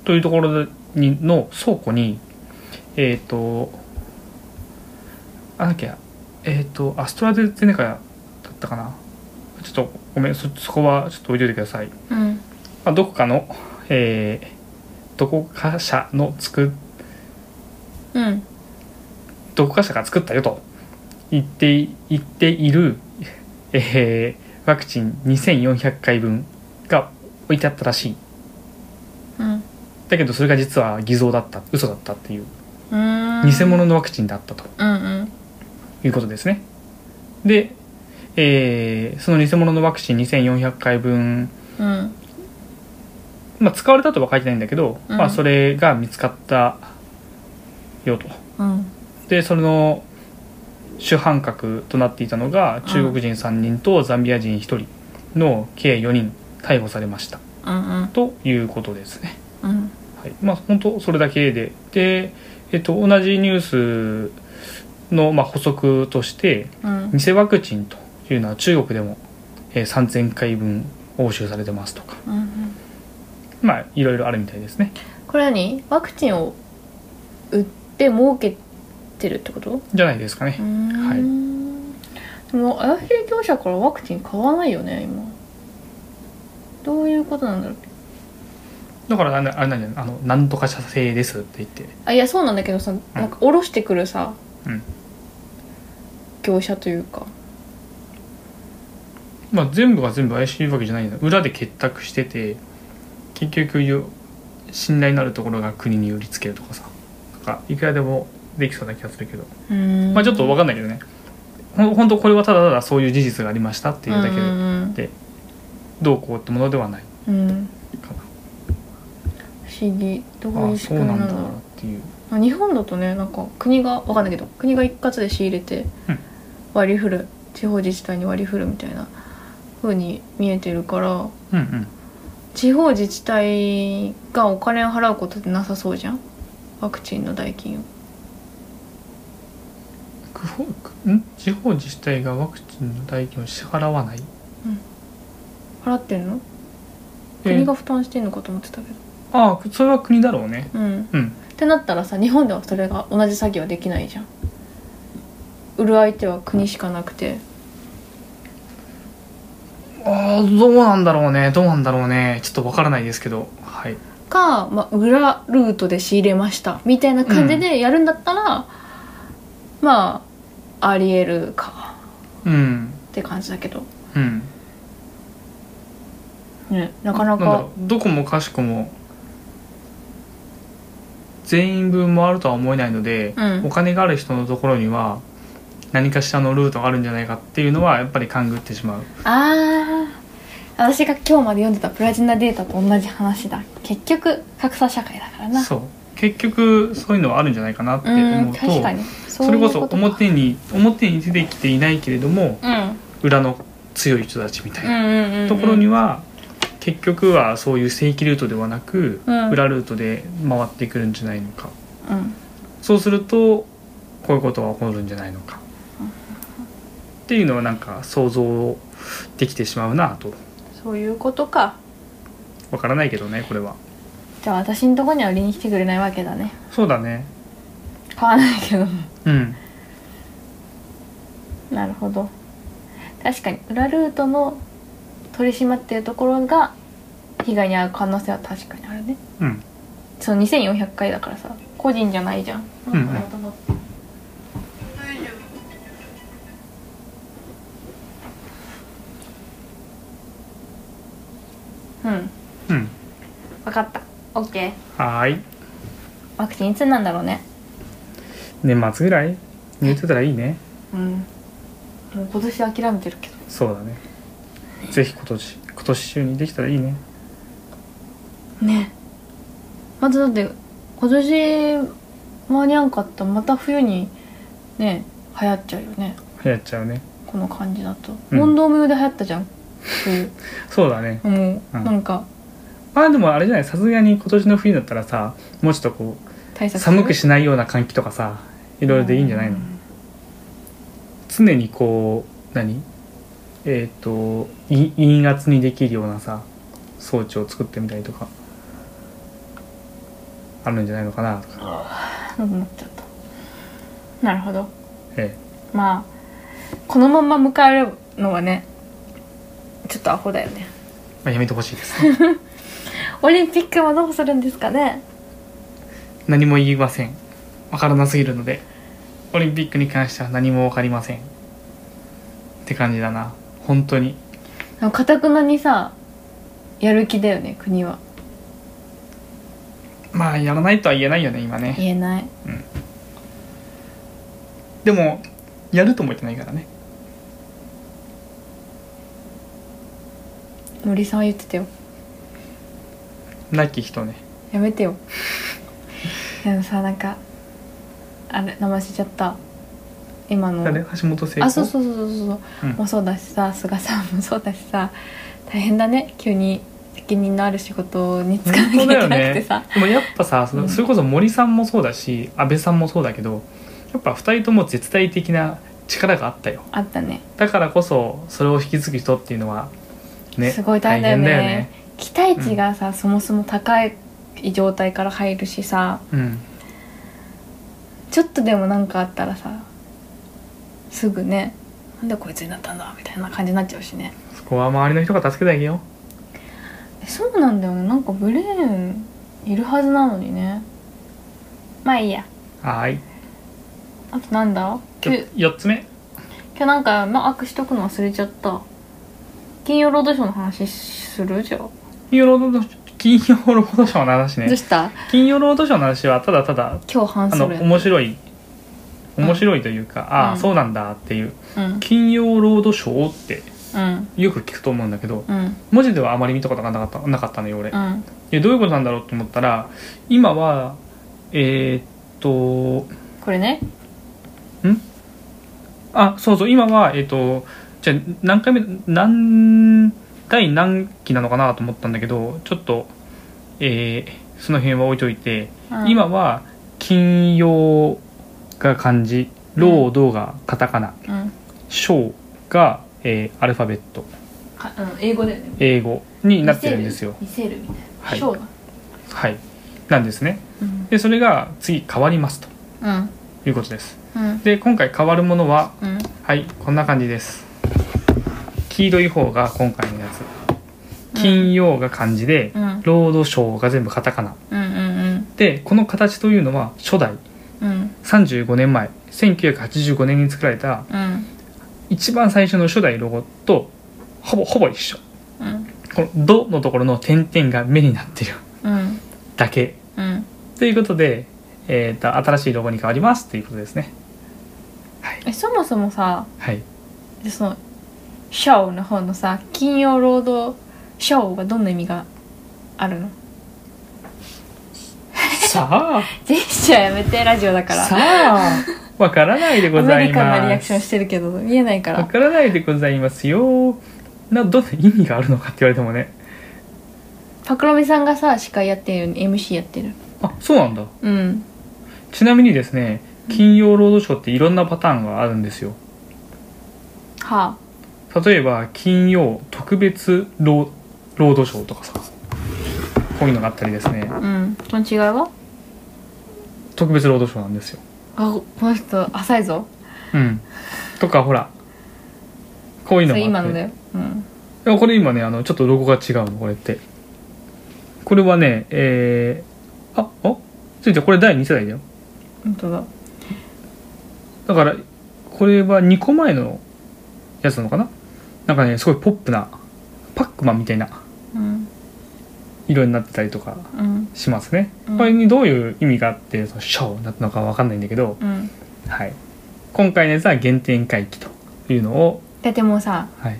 [SPEAKER 1] というところにの倉庫にえっ、とあなんだっけえっ、とアストラゼネカだったかなちょっとごめんそそこはちょっと置いといてください、
[SPEAKER 2] うん
[SPEAKER 1] まあ、どこかのえーどこか社の作っ
[SPEAKER 2] うん
[SPEAKER 1] どこか社が作ったよと言ってい言っている、えーワクチン2400回分が置いてあったらしい
[SPEAKER 2] うん
[SPEAKER 1] だけどそれが実は偽造だった嘘だったっていう
[SPEAKER 2] うーん
[SPEAKER 1] 偽物のワクチンだったと
[SPEAKER 2] うんうん
[SPEAKER 1] いうことですねで、えーその偽物のワクチン2400回分、
[SPEAKER 2] うん
[SPEAKER 1] まあ、使われたとは書いてないんだけど、
[SPEAKER 2] うん
[SPEAKER 1] まあ、それが見つかったよと
[SPEAKER 2] うん
[SPEAKER 1] でその主犯格となっていたのが中国人3人とザンビア人1人の計4人逮捕されました
[SPEAKER 2] うん
[SPEAKER 1] ということですね
[SPEAKER 2] うん
[SPEAKER 1] はい、まあ本当それだけでで、えっと、同じニュースの、まあ、補足として
[SPEAKER 2] うん
[SPEAKER 1] 偽ワクチンというのは中国でも、えー3000回分押収されてますとか
[SPEAKER 2] うん
[SPEAKER 1] まあいろいろあるみたいですね
[SPEAKER 2] これ何ワクチンを売って儲けてるってこと
[SPEAKER 1] じゃないですかね
[SPEAKER 2] は
[SPEAKER 1] はい
[SPEAKER 2] でも怪しい業者からワクチン買わないよね今どういうことなんだろう
[SPEAKER 1] だからなんだあれなんじゃないあのなんとか社製ですって言って
[SPEAKER 2] あいやそうなんだけどさなんか下ろしてくるさ、
[SPEAKER 1] うん
[SPEAKER 2] 業者というか
[SPEAKER 1] まあ、全部が全部怪しいわけじゃないんだ裏で結託してて結局よ信頼のあるところが国に売りつけるとかさなんかいくらでもできそうな気がするけど、
[SPEAKER 2] うん
[SPEAKER 1] まあ、ちょっと分かんないけどねほんほんとこれはただただそういう事実がありましたっていうだけ
[SPEAKER 2] う
[SPEAKER 1] で
[SPEAKER 2] ん
[SPEAKER 1] どうこうってものではない
[SPEAKER 2] うんうんうん
[SPEAKER 1] か
[SPEAKER 2] 不思議ど
[SPEAKER 1] な、
[SPEAKER 2] うい
[SPEAKER 1] あ
[SPEAKER 2] う
[SPEAKER 1] あ
[SPEAKER 2] 仕
[SPEAKER 1] そう
[SPEAKER 2] 組み
[SPEAKER 1] な
[SPEAKER 2] なんん
[SPEAKER 1] だ
[SPEAKER 2] だ
[SPEAKER 1] な
[SPEAKER 2] ろ
[SPEAKER 1] っていう
[SPEAKER 2] う日本だとねなんか国がわかんないけど国が一括で仕入れて
[SPEAKER 1] うん
[SPEAKER 2] 割り振る地方自治体に割り振るみたいな風に見えてるから
[SPEAKER 1] うんうん
[SPEAKER 2] 地方自治体がお金を払うことってなさそうじゃんワクチンの代金を
[SPEAKER 1] 区方区ん地方自治体がワクチンの代金を支払わない
[SPEAKER 2] 払ってんの
[SPEAKER 1] え
[SPEAKER 2] 国が負担してんのかと思ってたけど
[SPEAKER 1] ああそれは国だろうね
[SPEAKER 2] うん
[SPEAKER 1] うん
[SPEAKER 2] ってなったらさ日本ではそれが同じ作業はできないじゃん売る相手は国しかなくて
[SPEAKER 1] ああどうなんだろうねどうなんだろうねちょっとわからないですけどはい
[SPEAKER 2] か、まあ、裏ルートで仕入れましたみたいな感じでやるんだったら、まあありえるか
[SPEAKER 1] うん
[SPEAKER 2] って感じだけど、
[SPEAKER 1] うん
[SPEAKER 2] ね、なか
[SPEAKER 1] な
[SPEAKER 2] な
[SPEAKER 1] んだ
[SPEAKER 2] か
[SPEAKER 1] ろうどこもかしこも全員分回るとは思えないので、
[SPEAKER 2] うん
[SPEAKER 1] お金がある人のところには何かしらのルートがあるんじゃないかっていうのはやっぱり勘ぐってしまう
[SPEAKER 2] あー私が今日まで読んでたプラチナデータと同じ話だ結局格差社会だからな
[SPEAKER 1] そう結局そういうのはあるんじゃないかなって
[SPEAKER 2] う
[SPEAKER 1] 思
[SPEAKER 2] ん
[SPEAKER 1] うと
[SPEAKER 2] 確かに
[SPEAKER 1] そう
[SPEAKER 2] い
[SPEAKER 1] れ
[SPEAKER 2] う
[SPEAKER 1] こ
[SPEAKER 2] と
[SPEAKER 1] そ
[SPEAKER 2] か
[SPEAKER 1] 表に表に出てきていないけれども
[SPEAKER 2] うん
[SPEAKER 1] 裏の強い人たちみたい
[SPEAKER 2] うん
[SPEAKER 1] な
[SPEAKER 2] うんうんうん
[SPEAKER 1] ところには結局はそういう正規ルートではなく、
[SPEAKER 2] うん
[SPEAKER 1] 裏ルートで回ってくるんじゃないのか
[SPEAKER 2] うん
[SPEAKER 1] そうするとこういうことが起こるんじゃないのかっていうのはなんか想像できてしまうなと
[SPEAKER 2] そういうことか
[SPEAKER 1] わからないけどねこれは
[SPEAKER 2] じゃあ私のとこには売りに来てくれないわけだね
[SPEAKER 1] そうだね
[SPEAKER 2] 買わないけど
[SPEAKER 1] うん
[SPEAKER 2] なるほど確かに裏ルートの取り締まってるところが被害に遭う可能性は確かにあるね
[SPEAKER 1] うん
[SPEAKER 2] その2400回だからさ個人じゃないじゃん
[SPEAKER 1] うんうん
[SPEAKER 2] うん
[SPEAKER 1] うん
[SPEAKER 2] 分かった OK
[SPEAKER 1] はーい
[SPEAKER 2] ワクチンいつなんだろうね
[SPEAKER 1] 年末ぐらいに言ってたらいいね
[SPEAKER 2] うんもう今年諦めてるけど
[SPEAKER 1] そうだねぜひ今年今年中にできたらいいね
[SPEAKER 2] ねまずだって今年間に合わんかったらまた冬にね流行っちゃうよね
[SPEAKER 1] 流行っちゃうね
[SPEAKER 2] この感じだと、
[SPEAKER 1] うん
[SPEAKER 2] 問答無用で流行ったじゃん冬
[SPEAKER 1] そうだね
[SPEAKER 2] もう、
[SPEAKER 1] うん
[SPEAKER 2] なんか
[SPEAKER 1] まあでもあれじゃないさすがに今年の冬だったらさもうちょっとこ
[SPEAKER 2] 対
[SPEAKER 1] う
[SPEAKER 2] 策する
[SPEAKER 1] 寒くしないような換気とかさいろいろでいいんじゃないの、
[SPEAKER 2] うん
[SPEAKER 1] 常にこう何えっ、とい陰圧にできるようなさ装置を作ってみたりとかあるんじゃないのかなとか、
[SPEAKER 2] 寒くなっちゃったなるほど
[SPEAKER 1] え
[SPEAKER 2] まあこのまま迎えるのはねちょっとアホだよね
[SPEAKER 1] えまあ、やめてほしいです ね
[SPEAKER 2] オリンピックはどうするんですかね
[SPEAKER 1] 何も言いませんわからなすぎるのでオリンピックに関しては何もわかりませんって感じだな本当に
[SPEAKER 2] かたくなにさやる気だよね国は
[SPEAKER 1] まあやらないとは言えないよね今ね
[SPEAKER 2] 言えない
[SPEAKER 1] でもやるとも言ってないからね
[SPEAKER 2] 森さんは言ってたよ
[SPEAKER 1] なき人ね
[SPEAKER 2] や めてよでもさなんかあれ名前忘れちゃった今の
[SPEAKER 1] 誰橋本聖子
[SPEAKER 2] あそうそうそうそうそう、
[SPEAKER 1] うん
[SPEAKER 2] もうそうだしさ菅さんもそうだしさ大変だね急に責任のある仕事に就かなき
[SPEAKER 1] 本
[SPEAKER 2] ゃ
[SPEAKER 1] 当
[SPEAKER 2] い
[SPEAKER 1] だよ
[SPEAKER 2] けなくて
[SPEAKER 1] ね
[SPEAKER 2] さ、
[SPEAKER 1] でもやっぱさそのそれこそ森さんもそうだし安倍さんもそうだけどやっぱ二人とも絶対的な力があったよ
[SPEAKER 2] あったね
[SPEAKER 1] だからこそそれを引き継ぐ人っていうのはね
[SPEAKER 2] すごい大変だよね
[SPEAKER 1] 大変
[SPEAKER 2] 期待値がさ、そもそも高い状態から入るしさ
[SPEAKER 1] だよね
[SPEAKER 2] ちょっとでもなんかあったらさすぐねなんでこいつになったんだみたいな感じになっちゃうしね
[SPEAKER 1] うんそこは周りの人が助けてあげよ
[SPEAKER 2] そうなんだよねなんかブレーンいるはずなのにねまあいいや
[SPEAKER 1] うはーい
[SPEAKER 2] あとなんだ今日
[SPEAKER 1] 4つ目
[SPEAKER 2] 今日なんかマークしとくの忘れちゃった金曜ロードショーの話するじゃん、
[SPEAKER 1] 金曜ロードショー金曜ロードショーの話
[SPEAKER 2] どう
[SPEAKER 1] ね
[SPEAKER 2] した
[SPEAKER 1] 金曜ロードショーの話はただただ
[SPEAKER 2] 今日話
[SPEAKER 1] あ
[SPEAKER 2] す
[SPEAKER 1] の
[SPEAKER 2] るや
[SPEAKER 1] 面白い面白いというか、あ
[SPEAKER 2] う
[SPEAKER 1] あ
[SPEAKER 2] ん
[SPEAKER 1] そうなんだっていう
[SPEAKER 2] うん
[SPEAKER 1] 金曜ロードショーって
[SPEAKER 2] うん
[SPEAKER 1] よく聞くと思うんだけど
[SPEAKER 2] うん
[SPEAKER 1] 文字ではあまり見たことがなかったなかったのよ俺、
[SPEAKER 2] う
[SPEAKER 1] い
[SPEAKER 2] ん
[SPEAKER 1] やどういうことなんだろうと思ったら今はえーっと
[SPEAKER 2] これね
[SPEAKER 1] あそうそう今はえっ、とじゃあ何回目何第何期なのかなと思ったんだけどちょっと、えーその辺は置いといて、
[SPEAKER 2] うん
[SPEAKER 1] 今は金曜が漢字労働がカタカナ
[SPEAKER 2] うん
[SPEAKER 1] 章が、えーアルファベット
[SPEAKER 2] かあの英語だよね
[SPEAKER 1] 英語になってるんですよ
[SPEAKER 2] 見せるみたいな、
[SPEAKER 1] はい
[SPEAKER 2] ショーだ
[SPEAKER 1] はいなんですね
[SPEAKER 2] うん
[SPEAKER 1] でそれが次変わりますと
[SPEAKER 2] うん
[SPEAKER 1] いうことです
[SPEAKER 2] うん
[SPEAKER 1] で今回変わるものは
[SPEAKER 2] うん
[SPEAKER 1] はいこんな感じです黄色い方が今回のやつ金曜が漢字で、
[SPEAKER 2] うん
[SPEAKER 1] ロードショーが全部カタカナ
[SPEAKER 2] うんうん
[SPEAKER 1] でこの形というのは初代
[SPEAKER 2] うんうん
[SPEAKER 1] 35年前1985年に作られた
[SPEAKER 2] うん
[SPEAKER 1] 一番最初の初代ロゴとほぼほぼ一緒
[SPEAKER 2] うん
[SPEAKER 1] この「ド」のところの点々が目になってる
[SPEAKER 2] うん
[SPEAKER 1] だけ
[SPEAKER 2] うん
[SPEAKER 1] ということで、えー、と新しいロゴに変わりますということですねはい、
[SPEAKER 2] えそもそもさ
[SPEAKER 1] はい、
[SPEAKER 2] でそのショーの方のさ金曜ロードショーがどんな意味があるの
[SPEAKER 1] さ
[SPEAKER 2] ジェスチャーやめてラジオだか
[SPEAKER 1] あ
[SPEAKER 2] ら
[SPEAKER 1] さあわからないでご
[SPEAKER 2] ア
[SPEAKER 1] ざ
[SPEAKER 2] メ
[SPEAKER 1] い
[SPEAKER 2] リカン
[SPEAKER 1] ます
[SPEAKER 2] なリアクションしてるけど見えないか
[SPEAKER 1] わ
[SPEAKER 2] ら
[SPEAKER 1] からないでございますよなどんな意味があるのかって言われてもね
[SPEAKER 2] パクロミさんがさ司会やってるのに MC やってる
[SPEAKER 1] あそうなんだ
[SPEAKER 2] うん
[SPEAKER 1] ちなみにですね金曜ロードショーっていろんなパターンがあるんですよ
[SPEAKER 2] は
[SPEAKER 1] 例えば金曜特別ローロードショーとかさこういうのがあったりですね
[SPEAKER 2] あうんその違いは
[SPEAKER 1] 特別ロードショーなんですよ
[SPEAKER 2] あこの人浅いぞ
[SPEAKER 1] うんとかほらこういう
[SPEAKER 2] そ
[SPEAKER 1] の
[SPEAKER 2] れ
[SPEAKER 1] もあ
[SPEAKER 2] 今
[SPEAKER 1] って
[SPEAKER 2] のだようん
[SPEAKER 1] いやこれ今ねあのちょっとロゴが違うのこれってこれはねえー、ああついてこれ第2世代だよ
[SPEAKER 2] 本当だ
[SPEAKER 1] だからこれは2個前のやつなのかななんかねすごいポップなパックマンみたいな
[SPEAKER 2] うん
[SPEAKER 1] 色になってたりとか
[SPEAKER 2] うん
[SPEAKER 1] しますね、
[SPEAKER 2] うん
[SPEAKER 1] これにどういう意味があってそのショーになったのかわかんないんだけど、
[SPEAKER 2] うん
[SPEAKER 1] はい、今回のやつは原点回帰というのを、
[SPEAKER 2] だってもうさ
[SPEAKER 1] はい、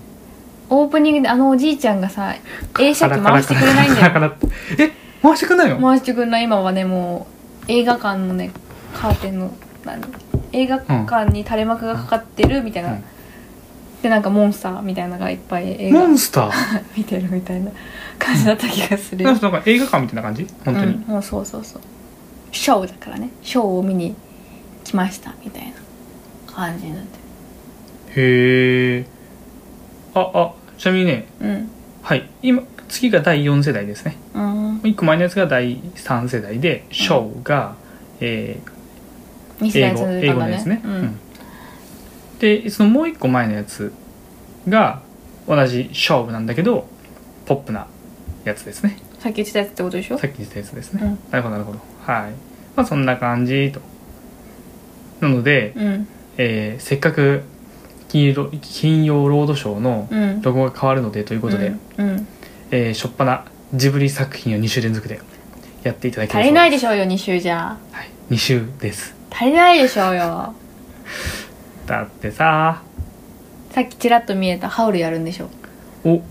[SPEAKER 2] オープニングであのおじいちゃんがさ映写機回してくれないんだ
[SPEAKER 1] カラ
[SPEAKER 2] よ
[SPEAKER 1] カラカラカラカラってえ回してくれないの、
[SPEAKER 2] 回してくんない今はねもう映画館のねカーテンの何映画館に垂れ幕がかかってるみたいな、
[SPEAKER 1] うん
[SPEAKER 2] でなんかモンスターみたいなのがいっぱい映
[SPEAKER 1] モ
[SPEAKER 2] 画
[SPEAKER 1] ンスター
[SPEAKER 2] 見てるみたいな感じだった気がする、
[SPEAKER 1] なんか映画館みたいな感じ本当に、
[SPEAKER 2] うん、もうそうそうそうショーだからねショーを見に来ましたみたいな感じになって
[SPEAKER 1] へえああちなみにね
[SPEAKER 2] る
[SPEAKER 1] はい今次が第4世代ですね
[SPEAKER 2] うんうん
[SPEAKER 1] 1個前のやつが第3世代で「ショーが」えー
[SPEAKER 2] 2世
[SPEAKER 1] 英
[SPEAKER 2] 代
[SPEAKER 1] 語
[SPEAKER 2] 続い
[SPEAKER 1] 英
[SPEAKER 2] たん
[SPEAKER 1] 語の
[SPEAKER 2] だね
[SPEAKER 1] やつね、
[SPEAKER 2] うん
[SPEAKER 1] うんでそのもう一個前のやつが同じ「勝負」なんだけどポップなやつですね
[SPEAKER 2] さっき言ってたやつってことでしょ
[SPEAKER 1] さっき言ったやつですね、
[SPEAKER 2] うん
[SPEAKER 1] なるほどなるほどはいまあそんな感じとなので、
[SPEAKER 2] うん
[SPEAKER 1] えーせっかく金色金曜ロードショーの
[SPEAKER 2] うん
[SPEAKER 1] ロゴが変わるのでということで、
[SPEAKER 2] うんうん
[SPEAKER 1] えーしょっぱなジブリ作品を2週連続でやっていただき
[SPEAKER 2] 足りないで
[SPEAKER 1] し
[SPEAKER 2] しょうよ2週じゃ
[SPEAKER 1] ょ、はい、2週です
[SPEAKER 2] 足りないでしょうよ
[SPEAKER 1] だってさ
[SPEAKER 2] さっきちらっと見えたハウルやるんでしょ
[SPEAKER 1] お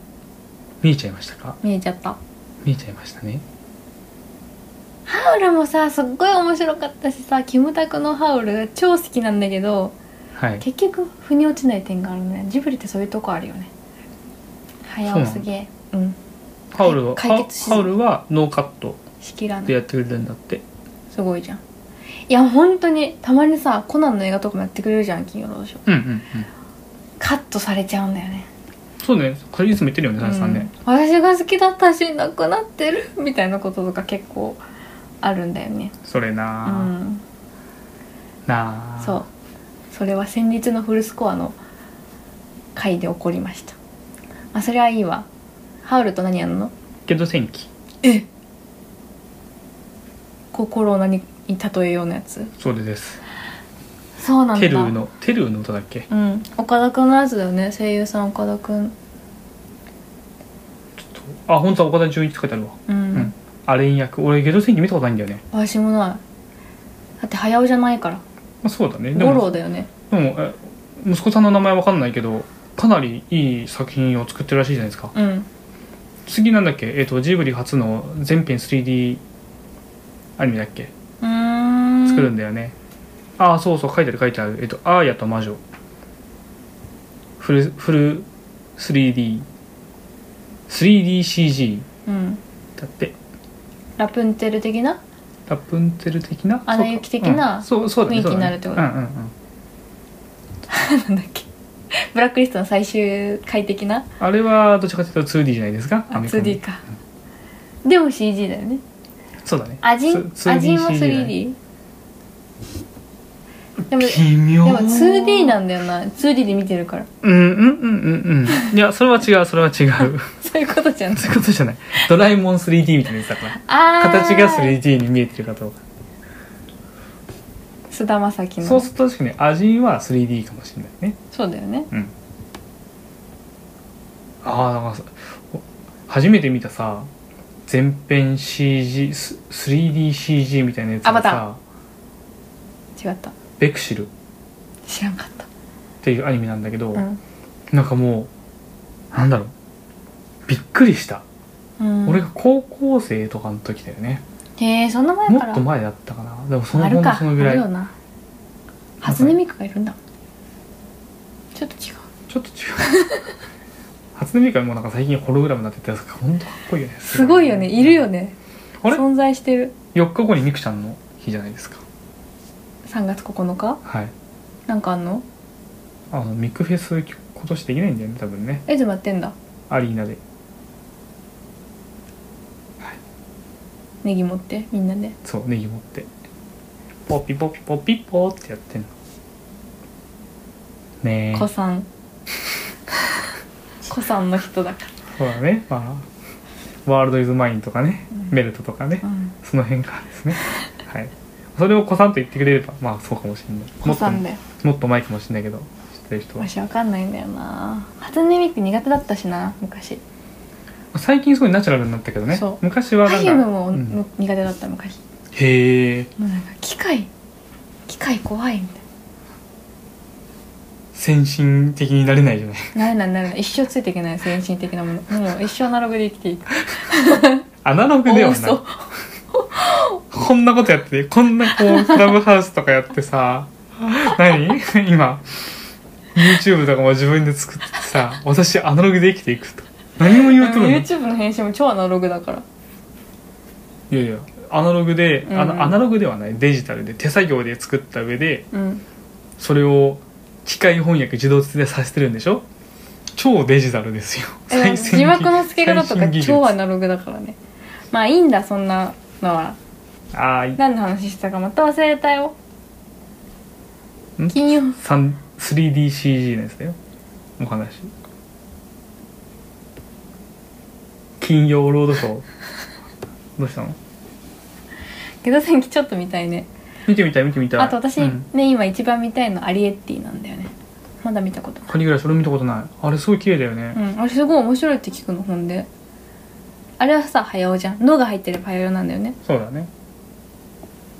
[SPEAKER 1] 見えちゃいましたか
[SPEAKER 2] 見えちゃった
[SPEAKER 1] 見えちゃいましたね
[SPEAKER 2] ハウルもさすっごい面白かったしさキムタクのハウル超好きなんだけど
[SPEAKER 1] はい
[SPEAKER 2] 結局腑に落ちない点があるねジブリってそういうとこあるよね早尾すげえうん
[SPEAKER 1] ハウルは
[SPEAKER 2] 解
[SPEAKER 1] ハ
[SPEAKER 2] 決し
[SPEAKER 1] ハウルはノーカット
[SPEAKER 2] 仕切らな
[SPEAKER 1] で
[SPEAKER 2] い
[SPEAKER 1] やってくれるんだって
[SPEAKER 2] すごいじゃんいや本当にたまにさコナンの映画とかもやってくれるじゃん金曜ロードショー
[SPEAKER 1] うんうんうん
[SPEAKER 2] カットされちゃうんだよね
[SPEAKER 1] そうねこれいつも言ってるよね
[SPEAKER 2] う
[SPEAKER 1] サラさんね
[SPEAKER 2] ん、私が好きだったしなくなってるみたいなこととか結構あるんだよね
[SPEAKER 1] それ
[SPEAKER 2] う
[SPEAKER 1] なあ、
[SPEAKER 2] ん
[SPEAKER 1] なあ
[SPEAKER 2] そうそれは先日のフルスコアの回で起こりましたまあそれはいいわハウルと何やるの
[SPEAKER 1] けど戦記
[SPEAKER 2] 心を何に例えようのやつ
[SPEAKER 1] それです
[SPEAKER 2] そうなんだ
[SPEAKER 1] テルーのテルーの歌だっけ
[SPEAKER 2] うん岡田くんのやつだよね声優さん岡田くん
[SPEAKER 1] あ本当は岡田准一って書いてあるわ
[SPEAKER 2] うん、
[SPEAKER 1] うんアレン役俺ゲド戦記見たことないんだよね、
[SPEAKER 2] 私もないだって早尾じゃないから
[SPEAKER 1] まあ、そうだねで
[SPEAKER 2] 五
[SPEAKER 1] も
[SPEAKER 2] 郎だよね
[SPEAKER 1] でもえ息子さんの名前わかんないけどかなりいい作品を作ってるらしいじゃないですか
[SPEAKER 2] うん
[SPEAKER 1] 次なんだっけえっ、とジブリ初の全編 3D アニメだっけ
[SPEAKER 2] うーん
[SPEAKER 1] 作るんだよね、ああそうそう書いてある書いてあるえっ、と「アーヤと魔女」フルフル 3D3DCG
[SPEAKER 2] うん
[SPEAKER 1] だって
[SPEAKER 2] ラプンツェル的な
[SPEAKER 1] ラプンツェル的な
[SPEAKER 2] アナ雪的な
[SPEAKER 1] そうかうんそうそうだね
[SPEAKER 2] 雰囲気になるってこと
[SPEAKER 1] そうだねうんうんうん
[SPEAKER 2] なんだっけブラックリストの最終回的な
[SPEAKER 1] あれはどっちかというと 2D じゃないですか
[SPEAKER 2] あ
[SPEAKER 1] アメコミ
[SPEAKER 2] 2D か、でも CG だよね
[SPEAKER 1] そうだね
[SPEAKER 2] アジン
[SPEAKER 1] つ 2D
[SPEAKER 2] アジンも
[SPEAKER 1] CG だね
[SPEAKER 2] 3D? で も
[SPEAKER 1] 微妙
[SPEAKER 2] でも 2D なんだよな 2D で見てるから
[SPEAKER 1] うんうんうんうんうんいやそれは違うそれは違 う
[SPEAKER 2] そういうことじゃん
[SPEAKER 1] そういうことじゃないドラえもん 3D みたいなやつだから
[SPEAKER 2] あー
[SPEAKER 1] 形が 3D に見えてるかどうか
[SPEAKER 2] 菅田将暉の
[SPEAKER 1] そうすると確かに味は 3D かもしれないね
[SPEAKER 2] そうだよね
[SPEAKER 1] うんああだからさお初めて見たさ全編 CG3DCG みたいなやつ
[SPEAKER 2] アバ
[SPEAKER 1] が
[SPEAKER 2] タ
[SPEAKER 1] さ
[SPEAKER 2] 違った
[SPEAKER 1] 「ベクシル」っ
[SPEAKER 2] 知らんかった
[SPEAKER 1] ていうアニメなんだけど、
[SPEAKER 2] うん
[SPEAKER 1] なんかもうなんだろうびっくりした、
[SPEAKER 2] うん、
[SPEAKER 1] 俺が高校生とかの時だよね
[SPEAKER 2] へえそんな前
[SPEAKER 1] も
[SPEAKER 2] から
[SPEAKER 1] っと前だったかなでもその
[SPEAKER 2] あ
[SPEAKER 1] ほ
[SPEAKER 2] る
[SPEAKER 1] んの
[SPEAKER 2] か
[SPEAKER 1] そのぐら
[SPEAKER 2] あ
[SPEAKER 1] い
[SPEAKER 2] るよな初音ミクがいるんだちょっと違う
[SPEAKER 1] ちょっと違う 初音ミクはもうなんか最近ホログラムになっててほんとかっこいいよね
[SPEAKER 2] すごいよねいるよね
[SPEAKER 1] あれ
[SPEAKER 2] 存在してる
[SPEAKER 1] 4日後にミクちゃんの日じゃないですか
[SPEAKER 2] 3月9日
[SPEAKER 1] はい
[SPEAKER 2] なんかあんの
[SPEAKER 1] あのミクフェス今年できないんだよね多分ね
[SPEAKER 2] えでもやってんだ
[SPEAKER 1] アリーナで
[SPEAKER 2] ネギ持ってみんなで
[SPEAKER 1] そうネギ持ってポッピポッピポッピポーってやってんのねえ
[SPEAKER 2] 子さ ん子さんの人だか
[SPEAKER 1] そうだねまあワールド・イズ・マインとかね、
[SPEAKER 2] うん
[SPEAKER 1] メルトとかね
[SPEAKER 2] ら、うん、
[SPEAKER 1] その辺からで すねはいそれを子さんと言ってくれればまあそうかもしれない
[SPEAKER 2] 子さんだよ
[SPEAKER 1] もっともっと前かもしれないけど知ってる人は
[SPEAKER 2] わしわかんないんだよな初音ミク苦手だったしな昔
[SPEAKER 1] 最近すごいナチュラルになったけどね
[SPEAKER 2] そう
[SPEAKER 1] 昔は
[SPEAKER 2] ハ
[SPEAKER 1] なん
[SPEAKER 2] イ
[SPEAKER 1] か、
[SPEAKER 2] ムも、
[SPEAKER 1] うん
[SPEAKER 2] も苦手だった昔
[SPEAKER 1] へえ
[SPEAKER 2] もうなんか機械機械怖いみたい
[SPEAKER 1] 先進的になれないじゃない
[SPEAKER 2] ななれないなれない一生ついていけない先進的なものもう一生アナログで生きていく
[SPEAKER 1] アナログではな
[SPEAKER 2] そ
[SPEAKER 1] いうこんなことやっててこんなこうクラブハウスとかやって さ何今 YouTube とかも自分で作っててさ私アナログで生きていくと何も言うとるのい
[SPEAKER 2] YouTube の編集も超アナログだから
[SPEAKER 1] やいやアナログで、あの
[SPEAKER 2] うん
[SPEAKER 1] アナログではないデジタルで手作業で作った上で
[SPEAKER 2] うん
[SPEAKER 1] それを機械翻訳自動でさせてるんでしょ超デジタルですよ
[SPEAKER 2] え
[SPEAKER 1] 先
[SPEAKER 2] 字幕の付け方とか
[SPEAKER 1] 最新技術
[SPEAKER 2] 超アナログだからねまあいいんだそんなのは
[SPEAKER 1] ああい
[SPEAKER 2] 何の話してたかまた忘れたよ
[SPEAKER 1] ん
[SPEAKER 2] 金曜
[SPEAKER 1] 3- 3DCG のやつだよお話金曜ロードショーどうしたの
[SPEAKER 2] ゲド戦記ちょっと見たいね
[SPEAKER 1] 見てみたい見てみたい
[SPEAKER 2] あと私、
[SPEAKER 1] うん
[SPEAKER 2] ね今一番見たいのアリエッティなんだよねまだ見たことない
[SPEAKER 1] カニぐらいそれ見たことないあれすごい綺麗だよね、
[SPEAKER 2] うんあれすごい面白いって聞くの本であれはさ早尾じゃん「の」が入ってる早尾なんだよね
[SPEAKER 1] そうだね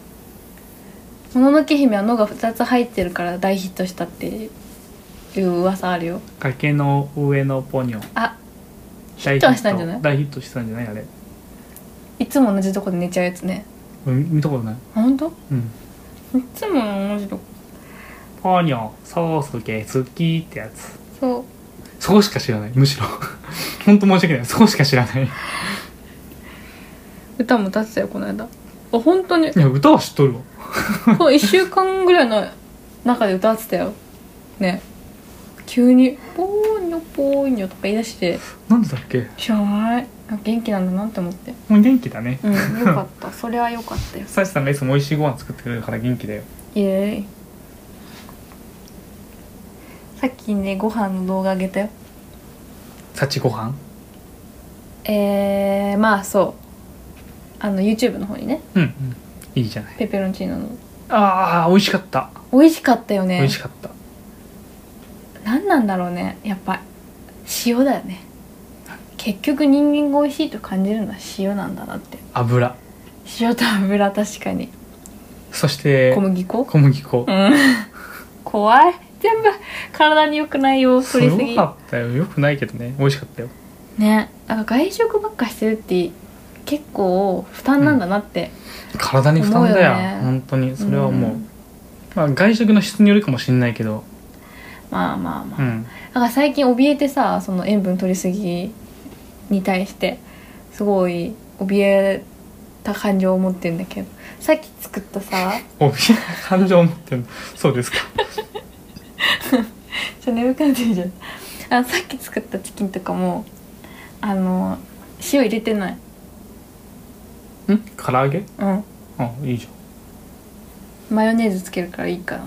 [SPEAKER 2] 「もののけ姫」は「の」が2つ入ってるから大ヒットしたっていう噂あるよ
[SPEAKER 1] 崖の上のポニョ
[SPEAKER 2] あ
[SPEAKER 1] ヒッ
[SPEAKER 2] トはしたんじゃない
[SPEAKER 1] 大ヒットしたんじゃないあれ
[SPEAKER 2] いつも同じとこで寝ちゃうやつね
[SPEAKER 1] うん見たことない
[SPEAKER 2] あ本当い
[SPEAKER 1] うん
[SPEAKER 2] つも同じとこ
[SPEAKER 1] ポニョソースケ好きってやつ
[SPEAKER 2] そう
[SPEAKER 1] そこしか知らないむしろ 本当申し訳ないそこしか知らないい
[SPEAKER 2] 歌も歌ってたよこの間あ本当に
[SPEAKER 1] や歌は知っとるわ
[SPEAKER 2] こう1週間ぐらいの 中で歌ってたよね急に「ポーニョポーニョ」とか言い出して
[SPEAKER 1] なんでだっけ
[SPEAKER 2] 知らないなんか元気なんだなって思って
[SPEAKER 1] もう元気だね
[SPEAKER 2] うんよかったそれはよかったよ
[SPEAKER 1] サシさんがいつも美味しいご飯作ってくれるから元気だよ
[SPEAKER 2] イエーイさっきねご飯の動画あげたよ
[SPEAKER 1] サチご飯
[SPEAKER 2] えー、まあそうあの YouTube の方にね
[SPEAKER 1] うん、うん、いいじゃない
[SPEAKER 2] ペペロンチーノの
[SPEAKER 1] ああ美味しかった、
[SPEAKER 2] 美味しかったよ
[SPEAKER 1] 美
[SPEAKER 2] ね
[SPEAKER 1] 味しかった
[SPEAKER 2] 何なんだろうねやっぱ塩だよね結局人間が美味しいと感じるのは塩なんだなって
[SPEAKER 1] 油
[SPEAKER 2] 塩と油確かに
[SPEAKER 1] そして
[SPEAKER 2] 小麦粉
[SPEAKER 1] 小麦粉
[SPEAKER 2] うん怖い全部体に良くないよ
[SPEAKER 1] す
[SPEAKER 2] 取りす
[SPEAKER 1] ご
[SPEAKER 2] ぎ
[SPEAKER 1] かったよよくないけどね美味しかったよ
[SPEAKER 2] ねなんか外食ばっかしてるって結構負担なんだなって、
[SPEAKER 1] 体に負担だよ
[SPEAKER 2] 思うよね
[SPEAKER 1] 本当にそれは思う、
[SPEAKER 2] ん
[SPEAKER 1] まあ、外食の質によるかもしれないけど
[SPEAKER 2] まあまあ
[SPEAKER 1] う
[SPEAKER 2] まあ、だ
[SPEAKER 1] ん
[SPEAKER 2] から最近怯えてさその塩分取りすぎに対してすごい怯えた感情を持ってんだけどさっき作ったさ
[SPEAKER 1] 怯えた 感情を持ってるのそう ですか
[SPEAKER 2] ちょ眠くなってるじゃんあのさっき作ったチキンとかもあの塩入れてない
[SPEAKER 1] ん唐揚げ
[SPEAKER 2] うん
[SPEAKER 1] あいいじゃん
[SPEAKER 2] マヨネーズつけるからいいかな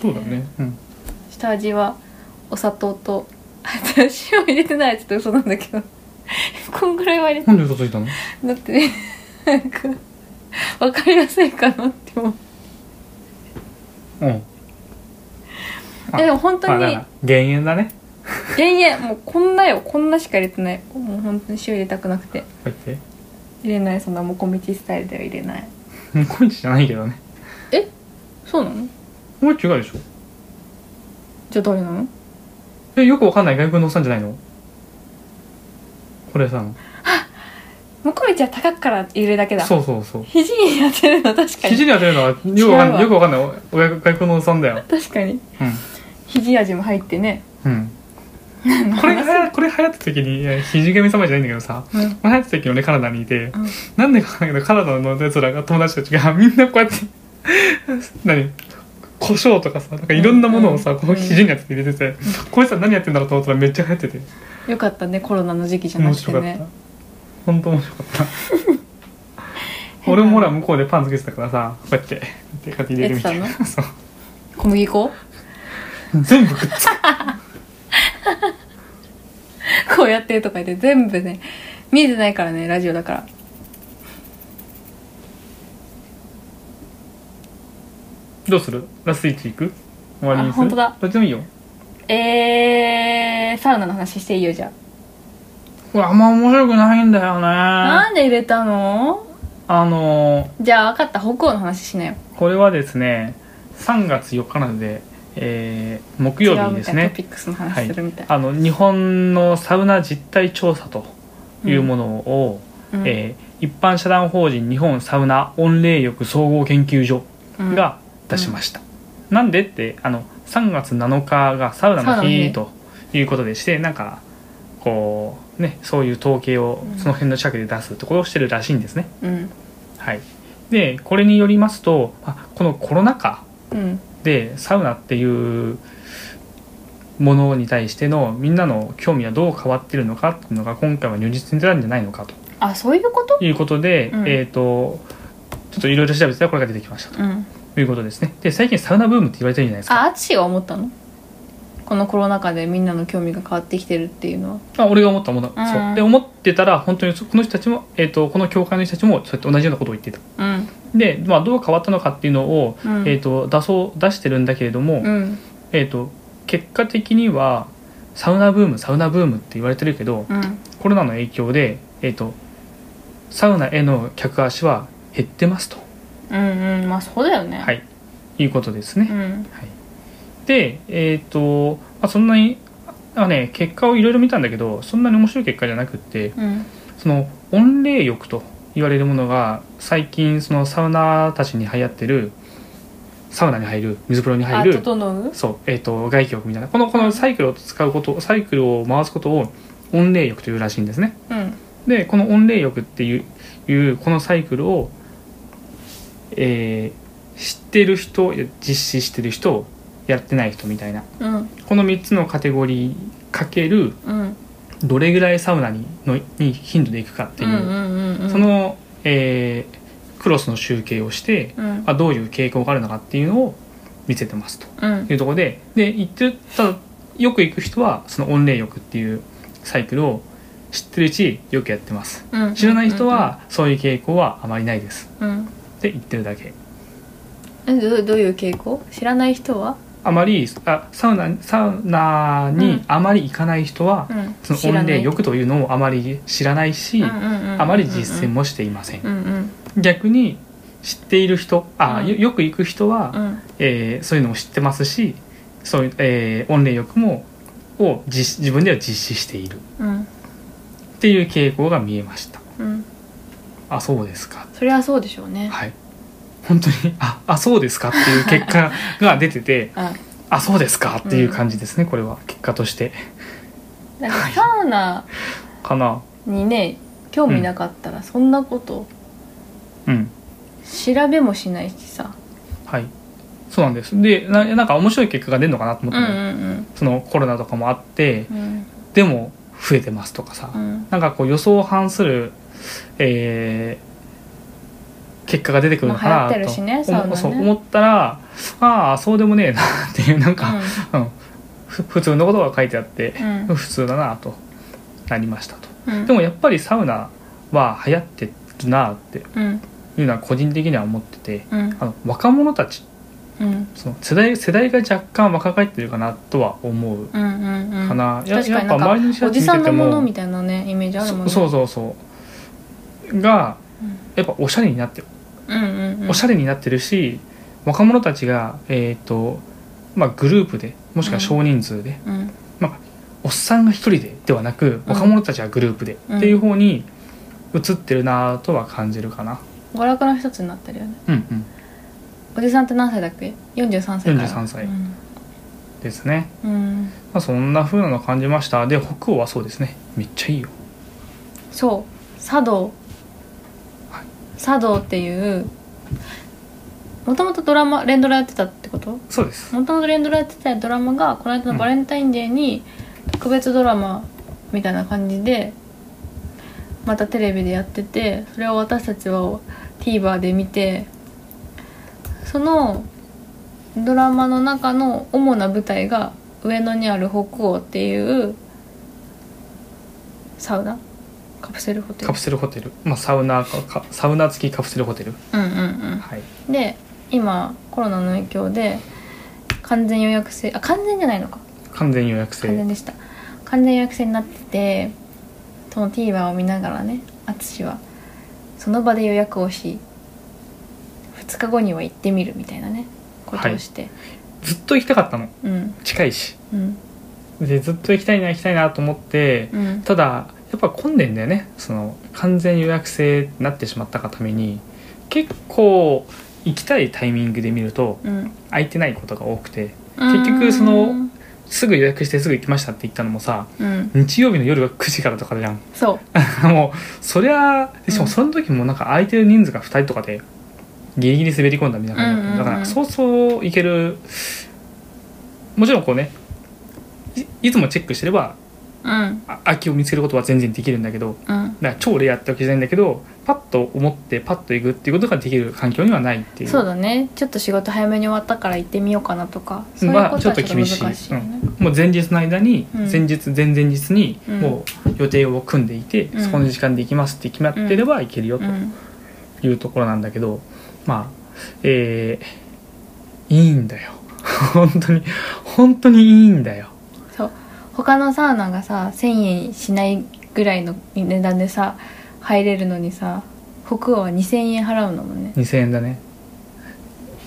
[SPEAKER 1] そうだねうん
[SPEAKER 2] 下味はお砂糖とあ塩入れてないやつって嘘なんだけどこんぐらいは入れて
[SPEAKER 1] なんで嘘ついたの
[SPEAKER 2] だってねなんか分かりやすいかなって思う
[SPEAKER 1] うんあ
[SPEAKER 2] えでも本当
[SPEAKER 1] まあだか
[SPEAKER 2] に
[SPEAKER 1] ら減塩だね
[SPEAKER 2] 減塩もうこんなよこんなしか入れてないもう本当に塩入れたくなくて
[SPEAKER 1] こうやって
[SPEAKER 2] 入れないそんなもこみちスタイルでは入れない
[SPEAKER 1] もこみちじゃないけどね
[SPEAKER 2] そうなの
[SPEAKER 1] もう違うでしょ
[SPEAKER 2] じゃあどれなの
[SPEAKER 1] えよくわかんない外国のおっさんじゃないのこれさ
[SPEAKER 2] もこみちは高くから入れるだけだ
[SPEAKER 1] そうそうそう
[SPEAKER 2] 肘に当てるの確かに
[SPEAKER 1] 肘に当てるのはよくわかん
[SPEAKER 2] 違う
[SPEAKER 1] ない
[SPEAKER 2] わ
[SPEAKER 1] よくわかんないお外外国のおっさんだよ
[SPEAKER 2] 確かに
[SPEAKER 1] う
[SPEAKER 2] 肘味も入ってね
[SPEAKER 1] んうん これがはやこれ流行った時にいや肘神様じゃないんだけどさ
[SPEAKER 2] うん
[SPEAKER 1] 流行った時俺カナダにいて、
[SPEAKER 2] うん
[SPEAKER 1] なんでかわかんないけどカナダのやつらが友達たちがみんなこうやって 何胡椒とかさなんかいろんなものをさ、
[SPEAKER 2] うんうん
[SPEAKER 1] こう肘に当てて入れてて、こいつら何やってんだろうと思ったらめっちゃ流行ってて
[SPEAKER 2] よかったねコロナの時期じゃな
[SPEAKER 1] 面
[SPEAKER 2] くて
[SPEAKER 1] 白かった、
[SPEAKER 2] ね
[SPEAKER 1] 本当面白か った俺もほら向こうでパンつけてたからさこうやってこうやって入れるみたいな
[SPEAKER 2] やっ
[SPEAKER 1] そう
[SPEAKER 2] 小麦粉
[SPEAKER 1] 全部食っちゃ
[SPEAKER 2] こうやってとか言って全部ね見えてないからねラジオだから
[SPEAKER 1] うどうするラスイチ行く終わりにする
[SPEAKER 2] あ本当だ
[SPEAKER 1] どっちでもいいよ
[SPEAKER 2] えー、サウナの話していいよじゃあ
[SPEAKER 1] これあんま面白くないんだよねあ
[SPEAKER 2] なんで入れたの
[SPEAKER 1] のー
[SPEAKER 2] じゃあ分かった北欧の話しなよ
[SPEAKER 1] これはですね3月4日なので、えー木
[SPEAKER 2] 違
[SPEAKER 1] 曜
[SPEAKER 2] う
[SPEAKER 1] 日に
[SPEAKER 2] み
[SPEAKER 1] で
[SPEAKER 2] た
[SPEAKER 1] す
[SPEAKER 2] いな
[SPEAKER 1] ね
[SPEAKER 2] トピックスの話するみたい、
[SPEAKER 1] あの日本のサウナ実態調査というものを、
[SPEAKER 2] うん
[SPEAKER 1] えー一般社団法人日本サウナ温冷浴総合研究所
[SPEAKER 2] うん
[SPEAKER 1] が出しました、なんでってあの3月7日がサウナ
[SPEAKER 2] サウ
[SPEAKER 1] の
[SPEAKER 2] ナの
[SPEAKER 1] 日
[SPEAKER 2] 日
[SPEAKER 1] ということでしてなんかこうねそういう統計を
[SPEAKER 2] うん
[SPEAKER 1] その辺の近くで出すところをしてるらしいんですね、
[SPEAKER 2] うん
[SPEAKER 1] はいでこれによりますとあこのコロナ禍
[SPEAKER 2] うん
[SPEAKER 1] でサウナっていうものに対してのみんなの興味はどう変わってるのかっていうのが今回は如実に出たんじゃないのかと
[SPEAKER 2] あそういうこと
[SPEAKER 1] ということで、
[SPEAKER 2] うん
[SPEAKER 1] えっ、とちょっといろいろ調べてたらこれが出てきました
[SPEAKER 2] うん
[SPEAKER 1] ということですねで最近サウナブームって言われてるじゃないですか
[SPEAKER 2] あ淳は思ったのこのコロナ禍でみんなの興味が変わってきてるっていうのは
[SPEAKER 1] あ俺が思ったもの、
[SPEAKER 2] うん
[SPEAKER 1] そうで思ってたら本当にそこの人たちも、えー、とこの教会の人たちもそうやって同じようなことを言ってた
[SPEAKER 2] うん
[SPEAKER 1] で、まあ、どう変わったのかっていうのを、
[SPEAKER 2] うん
[SPEAKER 1] えー、と出そう出してるんだけれども、
[SPEAKER 2] うん
[SPEAKER 1] えー、と結果的にはサウナブームサウナブームって言われてるけど
[SPEAKER 2] うん
[SPEAKER 1] コロナの影響で、えー、とサウナへの客足は減ってますと、
[SPEAKER 2] うんうんまあそうだよね
[SPEAKER 1] はい、いうことですね
[SPEAKER 2] う。ん
[SPEAKER 1] はい、で、えっとまあ、そんなにあ、ね、結果をいろいろ見たんだけどそんなに面白い結果じゃなくって
[SPEAKER 2] うん
[SPEAKER 1] その温冷浴と言われるものが最近そのサウナーたちに流行ってるサウナに入る水風呂に
[SPEAKER 2] あ
[SPEAKER 1] 入る
[SPEAKER 2] 整う
[SPEAKER 1] そう、えっと外気浴みたいなこのこのサイクルを使うことサイクルを回すことを温冷浴というらしいんですね。
[SPEAKER 2] うん
[SPEAKER 1] でこの温冷浴っていういうこのサイクルを、えー知ってる人や実施してる人やってない人みたいな
[SPEAKER 2] うん
[SPEAKER 1] この3つのカテゴリーかける
[SPEAKER 2] うん
[SPEAKER 1] どれぐらいサウナにのに頻度で行くかっていうう、
[SPEAKER 2] んうんうん
[SPEAKER 1] その、えークロスの集計をして、
[SPEAKER 2] うん
[SPEAKER 1] まあ、どういう傾向があるのかっていうのを見せてますと
[SPEAKER 2] うん
[SPEAKER 1] いうところでで行ってるただよく行く人はその温冷浴っていうサイクルを知ってるうちよくやってます
[SPEAKER 2] うん
[SPEAKER 1] 知らない人はそういう傾向はあまりないです
[SPEAKER 2] うん
[SPEAKER 1] って言ってるだけ
[SPEAKER 2] えどどういう傾向知らない人は
[SPEAKER 1] あまりあサウナサウナにあまり行かない人は、
[SPEAKER 2] うん
[SPEAKER 1] そ
[SPEAKER 2] 知
[SPEAKER 1] の
[SPEAKER 2] ら
[SPEAKER 1] 温
[SPEAKER 2] な
[SPEAKER 1] 冷
[SPEAKER 2] い
[SPEAKER 1] 浴というのをあまり知らないし、あ
[SPEAKER 2] あ
[SPEAKER 1] まり実践もしていません、
[SPEAKER 2] うんうん
[SPEAKER 1] 逆に知っている人あ、
[SPEAKER 2] うん
[SPEAKER 1] よよく行く人は、
[SPEAKER 2] うん
[SPEAKER 1] えーそういうのも知ってますしそういう、えー、温冷浴もを実自分では実施している
[SPEAKER 2] うん
[SPEAKER 1] っていう傾向が見えました
[SPEAKER 2] うん
[SPEAKER 1] あそうですか
[SPEAKER 2] そりゃそうでしょうね
[SPEAKER 1] はい本当にああそうですかっていう結果が出てて
[SPEAKER 2] あ
[SPEAKER 1] あそうですかっていう感じですね、これは結果として
[SPEAKER 2] なんかサウナ
[SPEAKER 1] かな
[SPEAKER 2] にね興味なかったらそんなこと
[SPEAKER 1] うん
[SPEAKER 2] 調べもしないしさ
[SPEAKER 1] はいそうなんですでななんか面白い結果が出るのかなと思っ
[SPEAKER 2] うん
[SPEAKER 1] た
[SPEAKER 2] う
[SPEAKER 1] の、
[SPEAKER 2] ん
[SPEAKER 1] そのコロナとかもあって
[SPEAKER 2] うんうん
[SPEAKER 1] でも増えてますとかさ、
[SPEAKER 2] うん
[SPEAKER 1] なんかこう予想を反する、えー結果が出てくるの
[SPEAKER 2] まあ
[SPEAKER 1] かな
[SPEAKER 2] 流行ってる
[SPEAKER 1] と
[SPEAKER 2] しね
[SPEAKER 1] 思
[SPEAKER 2] サウナね
[SPEAKER 1] そう思ったらああそうでもねえなっていうなんか、うんふ普通のことが書いてあって、
[SPEAKER 2] うん
[SPEAKER 1] 普通だなとなりましたと。
[SPEAKER 2] うん
[SPEAKER 1] でもやっぱりサウナは流行ってるなって
[SPEAKER 2] うん
[SPEAKER 1] いうのは個人的には思ってて
[SPEAKER 2] うん
[SPEAKER 1] あの若者たち
[SPEAKER 2] うん
[SPEAKER 1] その世代世代が若干若返ってるかなとは思う
[SPEAKER 2] うんうんうん
[SPEAKER 1] かな、や
[SPEAKER 2] 確か
[SPEAKER 1] やっぱ
[SPEAKER 2] になんか
[SPEAKER 1] 周りの人
[SPEAKER 2] お
[SPEAKER 1] たち
[SPEAKER 2] じ
[SPEAKER 1] 見
[SPEAKER 2] さん
[SPEAKER 1] てて
[SPEAKER 2] のもの
[SPEAKER 1] も
[SPEAKER 2] みたいなねイメージあるもんね
[SPEAKER 1] そそう
[SPEAKER 2] う
[SPEAKER 1] そうそうがやっぱおしゃれになってる、
[SPEAKER 2] んうんうん
[SPEAKER 1] おしゃれになってるし若者たちがえっ、とまあグループでもしくは少人数で、
[SPEAKER 2] うん
[SPEAKER 1] おっさんが一人でではなく
[SPEAKER 2] うん
[SPEAKER 1] 若者たちがグループで、
[SPEAKER 2] うん
[SPEAKER 1] っていう方に移ってるなとは感じるかな、
[SPEAKER 2] 娯楽の一つになってるよね
[SPEAKER 1] うんうん、
[SPEAKER 2] おじさんって何歳だっけ43歳から
[SPEAKER 1] 43歳
[SPEAKER 2] うん
[SPEAKER 1] ですね、
[SPEAKER 2] うん
[SPEAKER 1] まあ、そんな風なの感じましたで北欧はそうですねめっちゃいいよ
[SPEAKER 2] そう茶道
[SPEAKER 1] はい
[SPEAKER 2] 茶道っていうもともとドラマ連ドラやってたってことも
[SPEAKER 1] そうです
[SPEAKER 2] ともと連ドラやってたドラマがこの間のバレンタインデーに特別ドラマみたいな感じでまたテレビでやっててそれを私たちは TVer で見てそのドラマの中の主な舞台が上野にある北欧っていうサウナカプセルホテル
[SPEAKER 1] カプセルホテル、まあ、サウナかかサウナ付きカプセルホテル
[SPEAKER 2] うんうんうん
[SPEAKER 1] はい
[SPEAKER 2] で今コロナの影響で完全予約制あ完全じゃないのか
[SPEAKER 1] 完全予約
[SPEAKER 2] 完全
[SPEAKER 1] 制
[SPEAKER 2] でした完全予約制になっててその TVer を見ながらね淳はその場で予約をし2日後には行ってみるみたいなねことをして、
[SPEAKER 1] ずっと行きたかったの
[SPEAKER 2] うん
[SPEAKER 1] 近いし
[SPEAKER 2] うん
[SPEAKER 1] でずっと行きたいな行きたいなと思って
[SPEAKER 2] うん
[SPEAKER 1] ただやっぱ混んでんだよねその完全予約制になってしまったがために結構行きたいタイミングで見ると
[SPEAKER 2] うん
[SPEAKER 1] 空いてないことが多くて結局そのすぐ予約してすぐ行きましたって言ったのもさ
[SPEAKER 2] うん
[SPEAKER 1] 日曜日の夜が9時からとかじゃん
[SPEAKER 2] そう
[SPEAKER 1] もうそりゃしか
[SPEAKER 2] うん
[SPEAKER 1] もその時もなんか空いてる人数が2人とかでギリギリ滑り込んだみたいな感じだった、
[SPEAKER 2] うんうんうん
[SPEAKER 1] だからそうそう行けるもちろんこうねいいつもチェックしてれば
[SPEAKER 2] うん
[SPEAKER 1] あ空きを見つけることは全然できるんだけど
[SPEAKER 2] うん
[SPEAKER 1] だから超レアってわけじゃないんだけどパッと思ってパッと行くっていうことができる環境にはないっていう
[SPEAKER 2] そうだねちょっと仕事早めに終わったから行ってみようかなとかそういうことはちょっと難しいよね、
[SPEAKER 1] もう前日の間に、
[SPEAKER 2] うん
[SPEAKER 1] 前日前々日に
[SPEAKER 2] うん
[SPEAKER 1] もう予定を組んでいて、
[SPEAKER 2] うん
[SPEAKER 1] そこの時間で行きますって決まってれば行けるよ
[SPEAKER 2] う
[SPEAKER 1] と
[SPEAKER 2] ん
[SPEAKER 1] いうところなんだけど、まあえー、いいんだよ 本当に本当にいいんだよ
[SPEAKER 2] そう他のサウナがさ1,000円しないぐらいの値段でさ入れるのにさ北欧は2,000円払うのもね
[SPEAKER 1] 2000円だね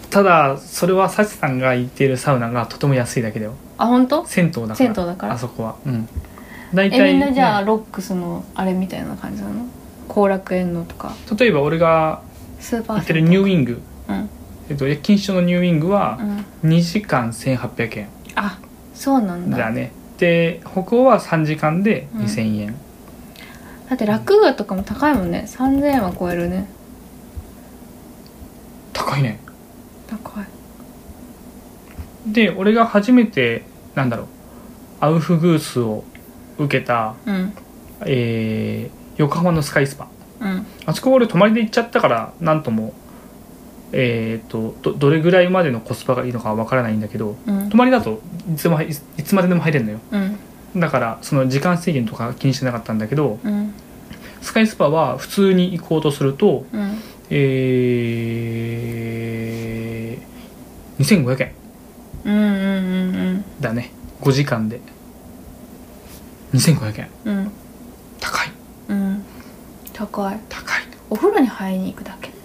[SPEAKER 1] ただそれはサチさんが行っているサウナがとても安いだけだよ
[SPEAKER 2] あ本当？
[SPEAKER 1] 銭湯だから
[SPEAKER 2] 銭湯だから
[SPEAKER 1] あそこはうん大
[SPEAKER 2] えみ
[SPEAKER 1] 体、
[SPEAKER 2] んなじゃあ
[SPEAKER 1] ね、
[SPEAKER 2] ロックスのあれみたいな感じなの後楽園のとか
[SPEAKER 1] 例えば俺が
[SPEAKER 2] スーパー
[SPEAKER 1] 行ってるニューウ
[SPEAKER 2] ー
[SPEAKER 1] ィング、
[SPEAKER 2] うん
[SPEAKER 1] えっと、錦糸町のニューウィングは
[SPEAKER 2] うん
[SPEAKER 1] 2時間1800円
[SPEAKER 2] あそうなんだ
[SPEAKER 1] だねで北欧は3時間で
[SPEAKER 2] うん
[SPEAKER 1] 2000円、
[SPEAKER 2] だって落語とかも高いもんね3,000円は超えるね
[SPEAKER 1] 高いね
[SPEAKER 2] 高い
[SPEAKER 1] で俺が初めてなんだろうアウフグースを受けた、
[SPEAKER 2] うん
[SPEAKER 1] えー横浜のスカイスパ
[SPEAKER 2] うん
[SPEAKER 1] あそこ俺泊まりで行っちゃったからなんともえっ、とどどれぐらいまでのコスパがいいのかわからないんだけど
[SPEAKER 2] うん
[SPEAKER 1] 泊まりだといつもいついつまででも入れるのよ
[SPEAKER 2] うん
[SPEAKER 1] だからその時間制限とか気にしてなかったんだけど
[SPEAKER 2] うん
[SPEAKER 1] スカイスパは普通に行こうとすると
[SPEAKER 2] うん
[SPEAKER 1] えー、2500円
[SPEAKER 2] うんうんうん
[SPEAKER 1] だね5時間で2500円
[SPEAKER 2] うん
[SPEAKER 1] 高い
[SPEAKER 2] うん高い
[SPEAKER 1] 高い
[SPEAKER 2] お風呂に入りに行くだけだよ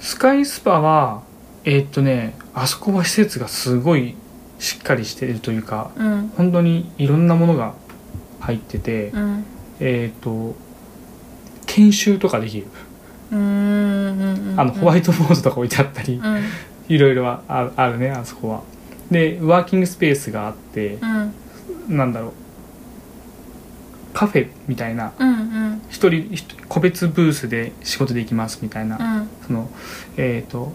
[SPEAKER 1] スカイスパはえーっとねあそこは施設がすごいしっかりしてるというか
[SPEAKER 2] うん
[SPEAKER 1] 本当にいろんなものが入ってて、
[SPEAKER 2] うん
[SPEAKER 1] えーっと研修とかできる、
[SPEAKER 2] うんうんうん
[SPEAKER 1] あのホワイトボードとか置いてあったり、
[SPEAKER 2] うん
[SPEAKER 1] いろいろはああるねあそこはでワーキングスペースがあって
[SPEAKER 2] うん
[SPEAKER 1] なんだろうカフェみたいな
[SPEAKER 2] うんうん
[SPEAKER 1] 一人一人個別ブースで仕事できますみたいな、
[SPEAKER 2] うん
[SPEAKER 1] そのえっ、と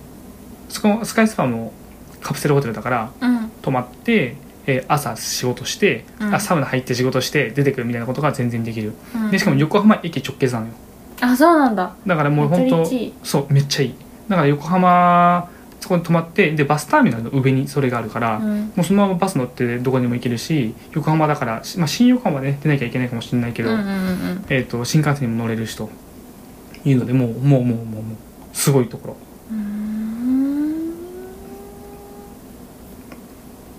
[SPEAKER 1] そこスカイスパもカプセルホテルだから
[SPEAKER 2] うん
[SPEAKER 1] 泊まって、えー朝仕事して、
[SPEAKER 2] うん
[SPEAKER 1] あサウナ入って仕事して出てくるみたいなことが全然できる
[SPEAKER 2] うん
[SPEAKER 1] でしかも横浜駅直結なのよ
[SPEAKER 2] あそうなんだ
[SPEAKER 1] だからもう
[SPEAKER 2] め
[SPEAKER 1] 本
[SPEAKER 2] っちゃ
[SPEAKER 1] 当
[SPEAKER 2] 立地いい
[SPEAKER 1] そうめっちゃいいだから横浜そこに泊まってでバスターミナルの上にそれがあるから、
[SPEAKER 2] うん
[SPEAKER 1] もうそのままバス乗ってどこにも行けるし横浜だから、しまあ、新横浜で、ね、出なきゃいけないかもしれないけ
[SPEAKER 2] うん
[SPEAKER 1] ど、
[SPEAKER 2] うんうん
[SPEAKER 1] えー、と新幹線にも乗れるしというのでもうもうもうもうもうすごいところ
[SPEAKER 2] うん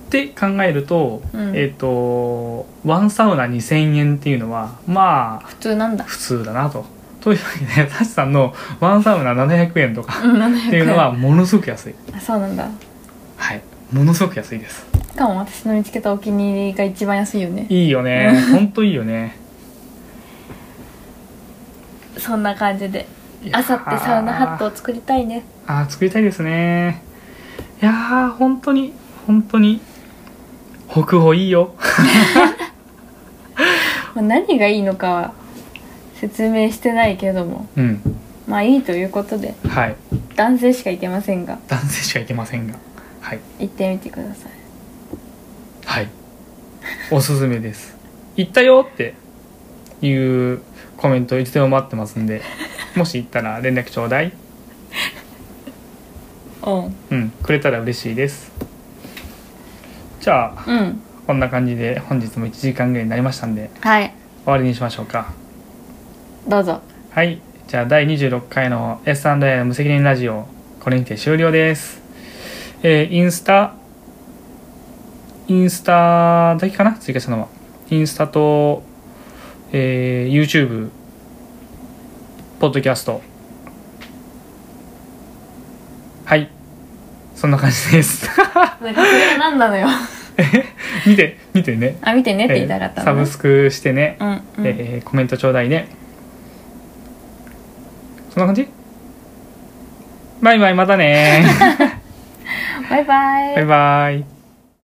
[SPEAKER 1] って考えると、
[SPEAKER 2] うん
[SPEAKER 1] えっ、とワンサウナ2000円っていうのはまあ
[SPEAKER 2] 普通なんだ
[SPEAKER 1] 普通だなと。というわけでタシさんのワンサウナ700円とか
[SPEAKER 2] うん700円
[SPEAKER 1] っていうのはものすごく安い
[SPEAKER 2] あそうなんだ
[SPEAKER 1] はいものすごく安いです
[SPEAKER 2] しかも私の見つけたお気に入りが一番安いよね
[SPEAKER 1] いいよねほんといいよね
[SPEAKER 2] そんな感じで
[SPEAKER 1] いやー
[SPEAKER 2] あさってサウナハットを作りたいね
[SPEAKER 1] あー作りたいですねいやー本当に本当に北欧いいよ
[SPEAKER 2] まあ何がいいのかは説明してないけども
[SPEAKER 1] うん
[SPEAKER 2] まあいいということで
[SPEAKER 1] はい
[SPEAKER 2] 男性しか行けませんが
[SPEAKER 1] 男性しか行けませんがはい
[SPEAKER 2] 行ってみてください
[SPEAKER 1] はいおすすめです行ったよっていうコメントいつでも待ってますん でもし行ったら連絡ちょうだい
[SPEAKER 2] うん
[SPEAKER 1] うんくれたら嬉しいですじゃあ
[SPEAKER 2] うん
[SPEAKER 1] こんな感じで本日も1時間ぐらいになりましたんで
[SPEAKER 2] はい
[SPEAKER 1] 終わりにしましょうか
[SPEAKER 2] どうぞ
[SPEAKER 1] はい。じゃあ、第26回の S&A の無責任ラジオ、これにて終了です。えーインスタ、インスタだけかな追加したのは。インスタと、えー YouTube、ポッドキャスト。はい。そんな感じです。
[SPEAKER 2] なんかそれが何なの よ
[SPEAKER 1] 見て、見てね。
[SPEAKER 2] あ見てねって言いたかった
[SPEAKER 1] えー
[SPEAKER 2] の
[SPEAKER 1] サ
[SPEAKER 2] ね、
[SPEAKER 1] ブスクしてね。
[SPEAKER 2] うん、うん
[SPEAKER 1] えーコメントちょうだいねそんな感じバイバイまたね
[SPEAKER 2] バイバイ
[SPEAKER 1] バイバイ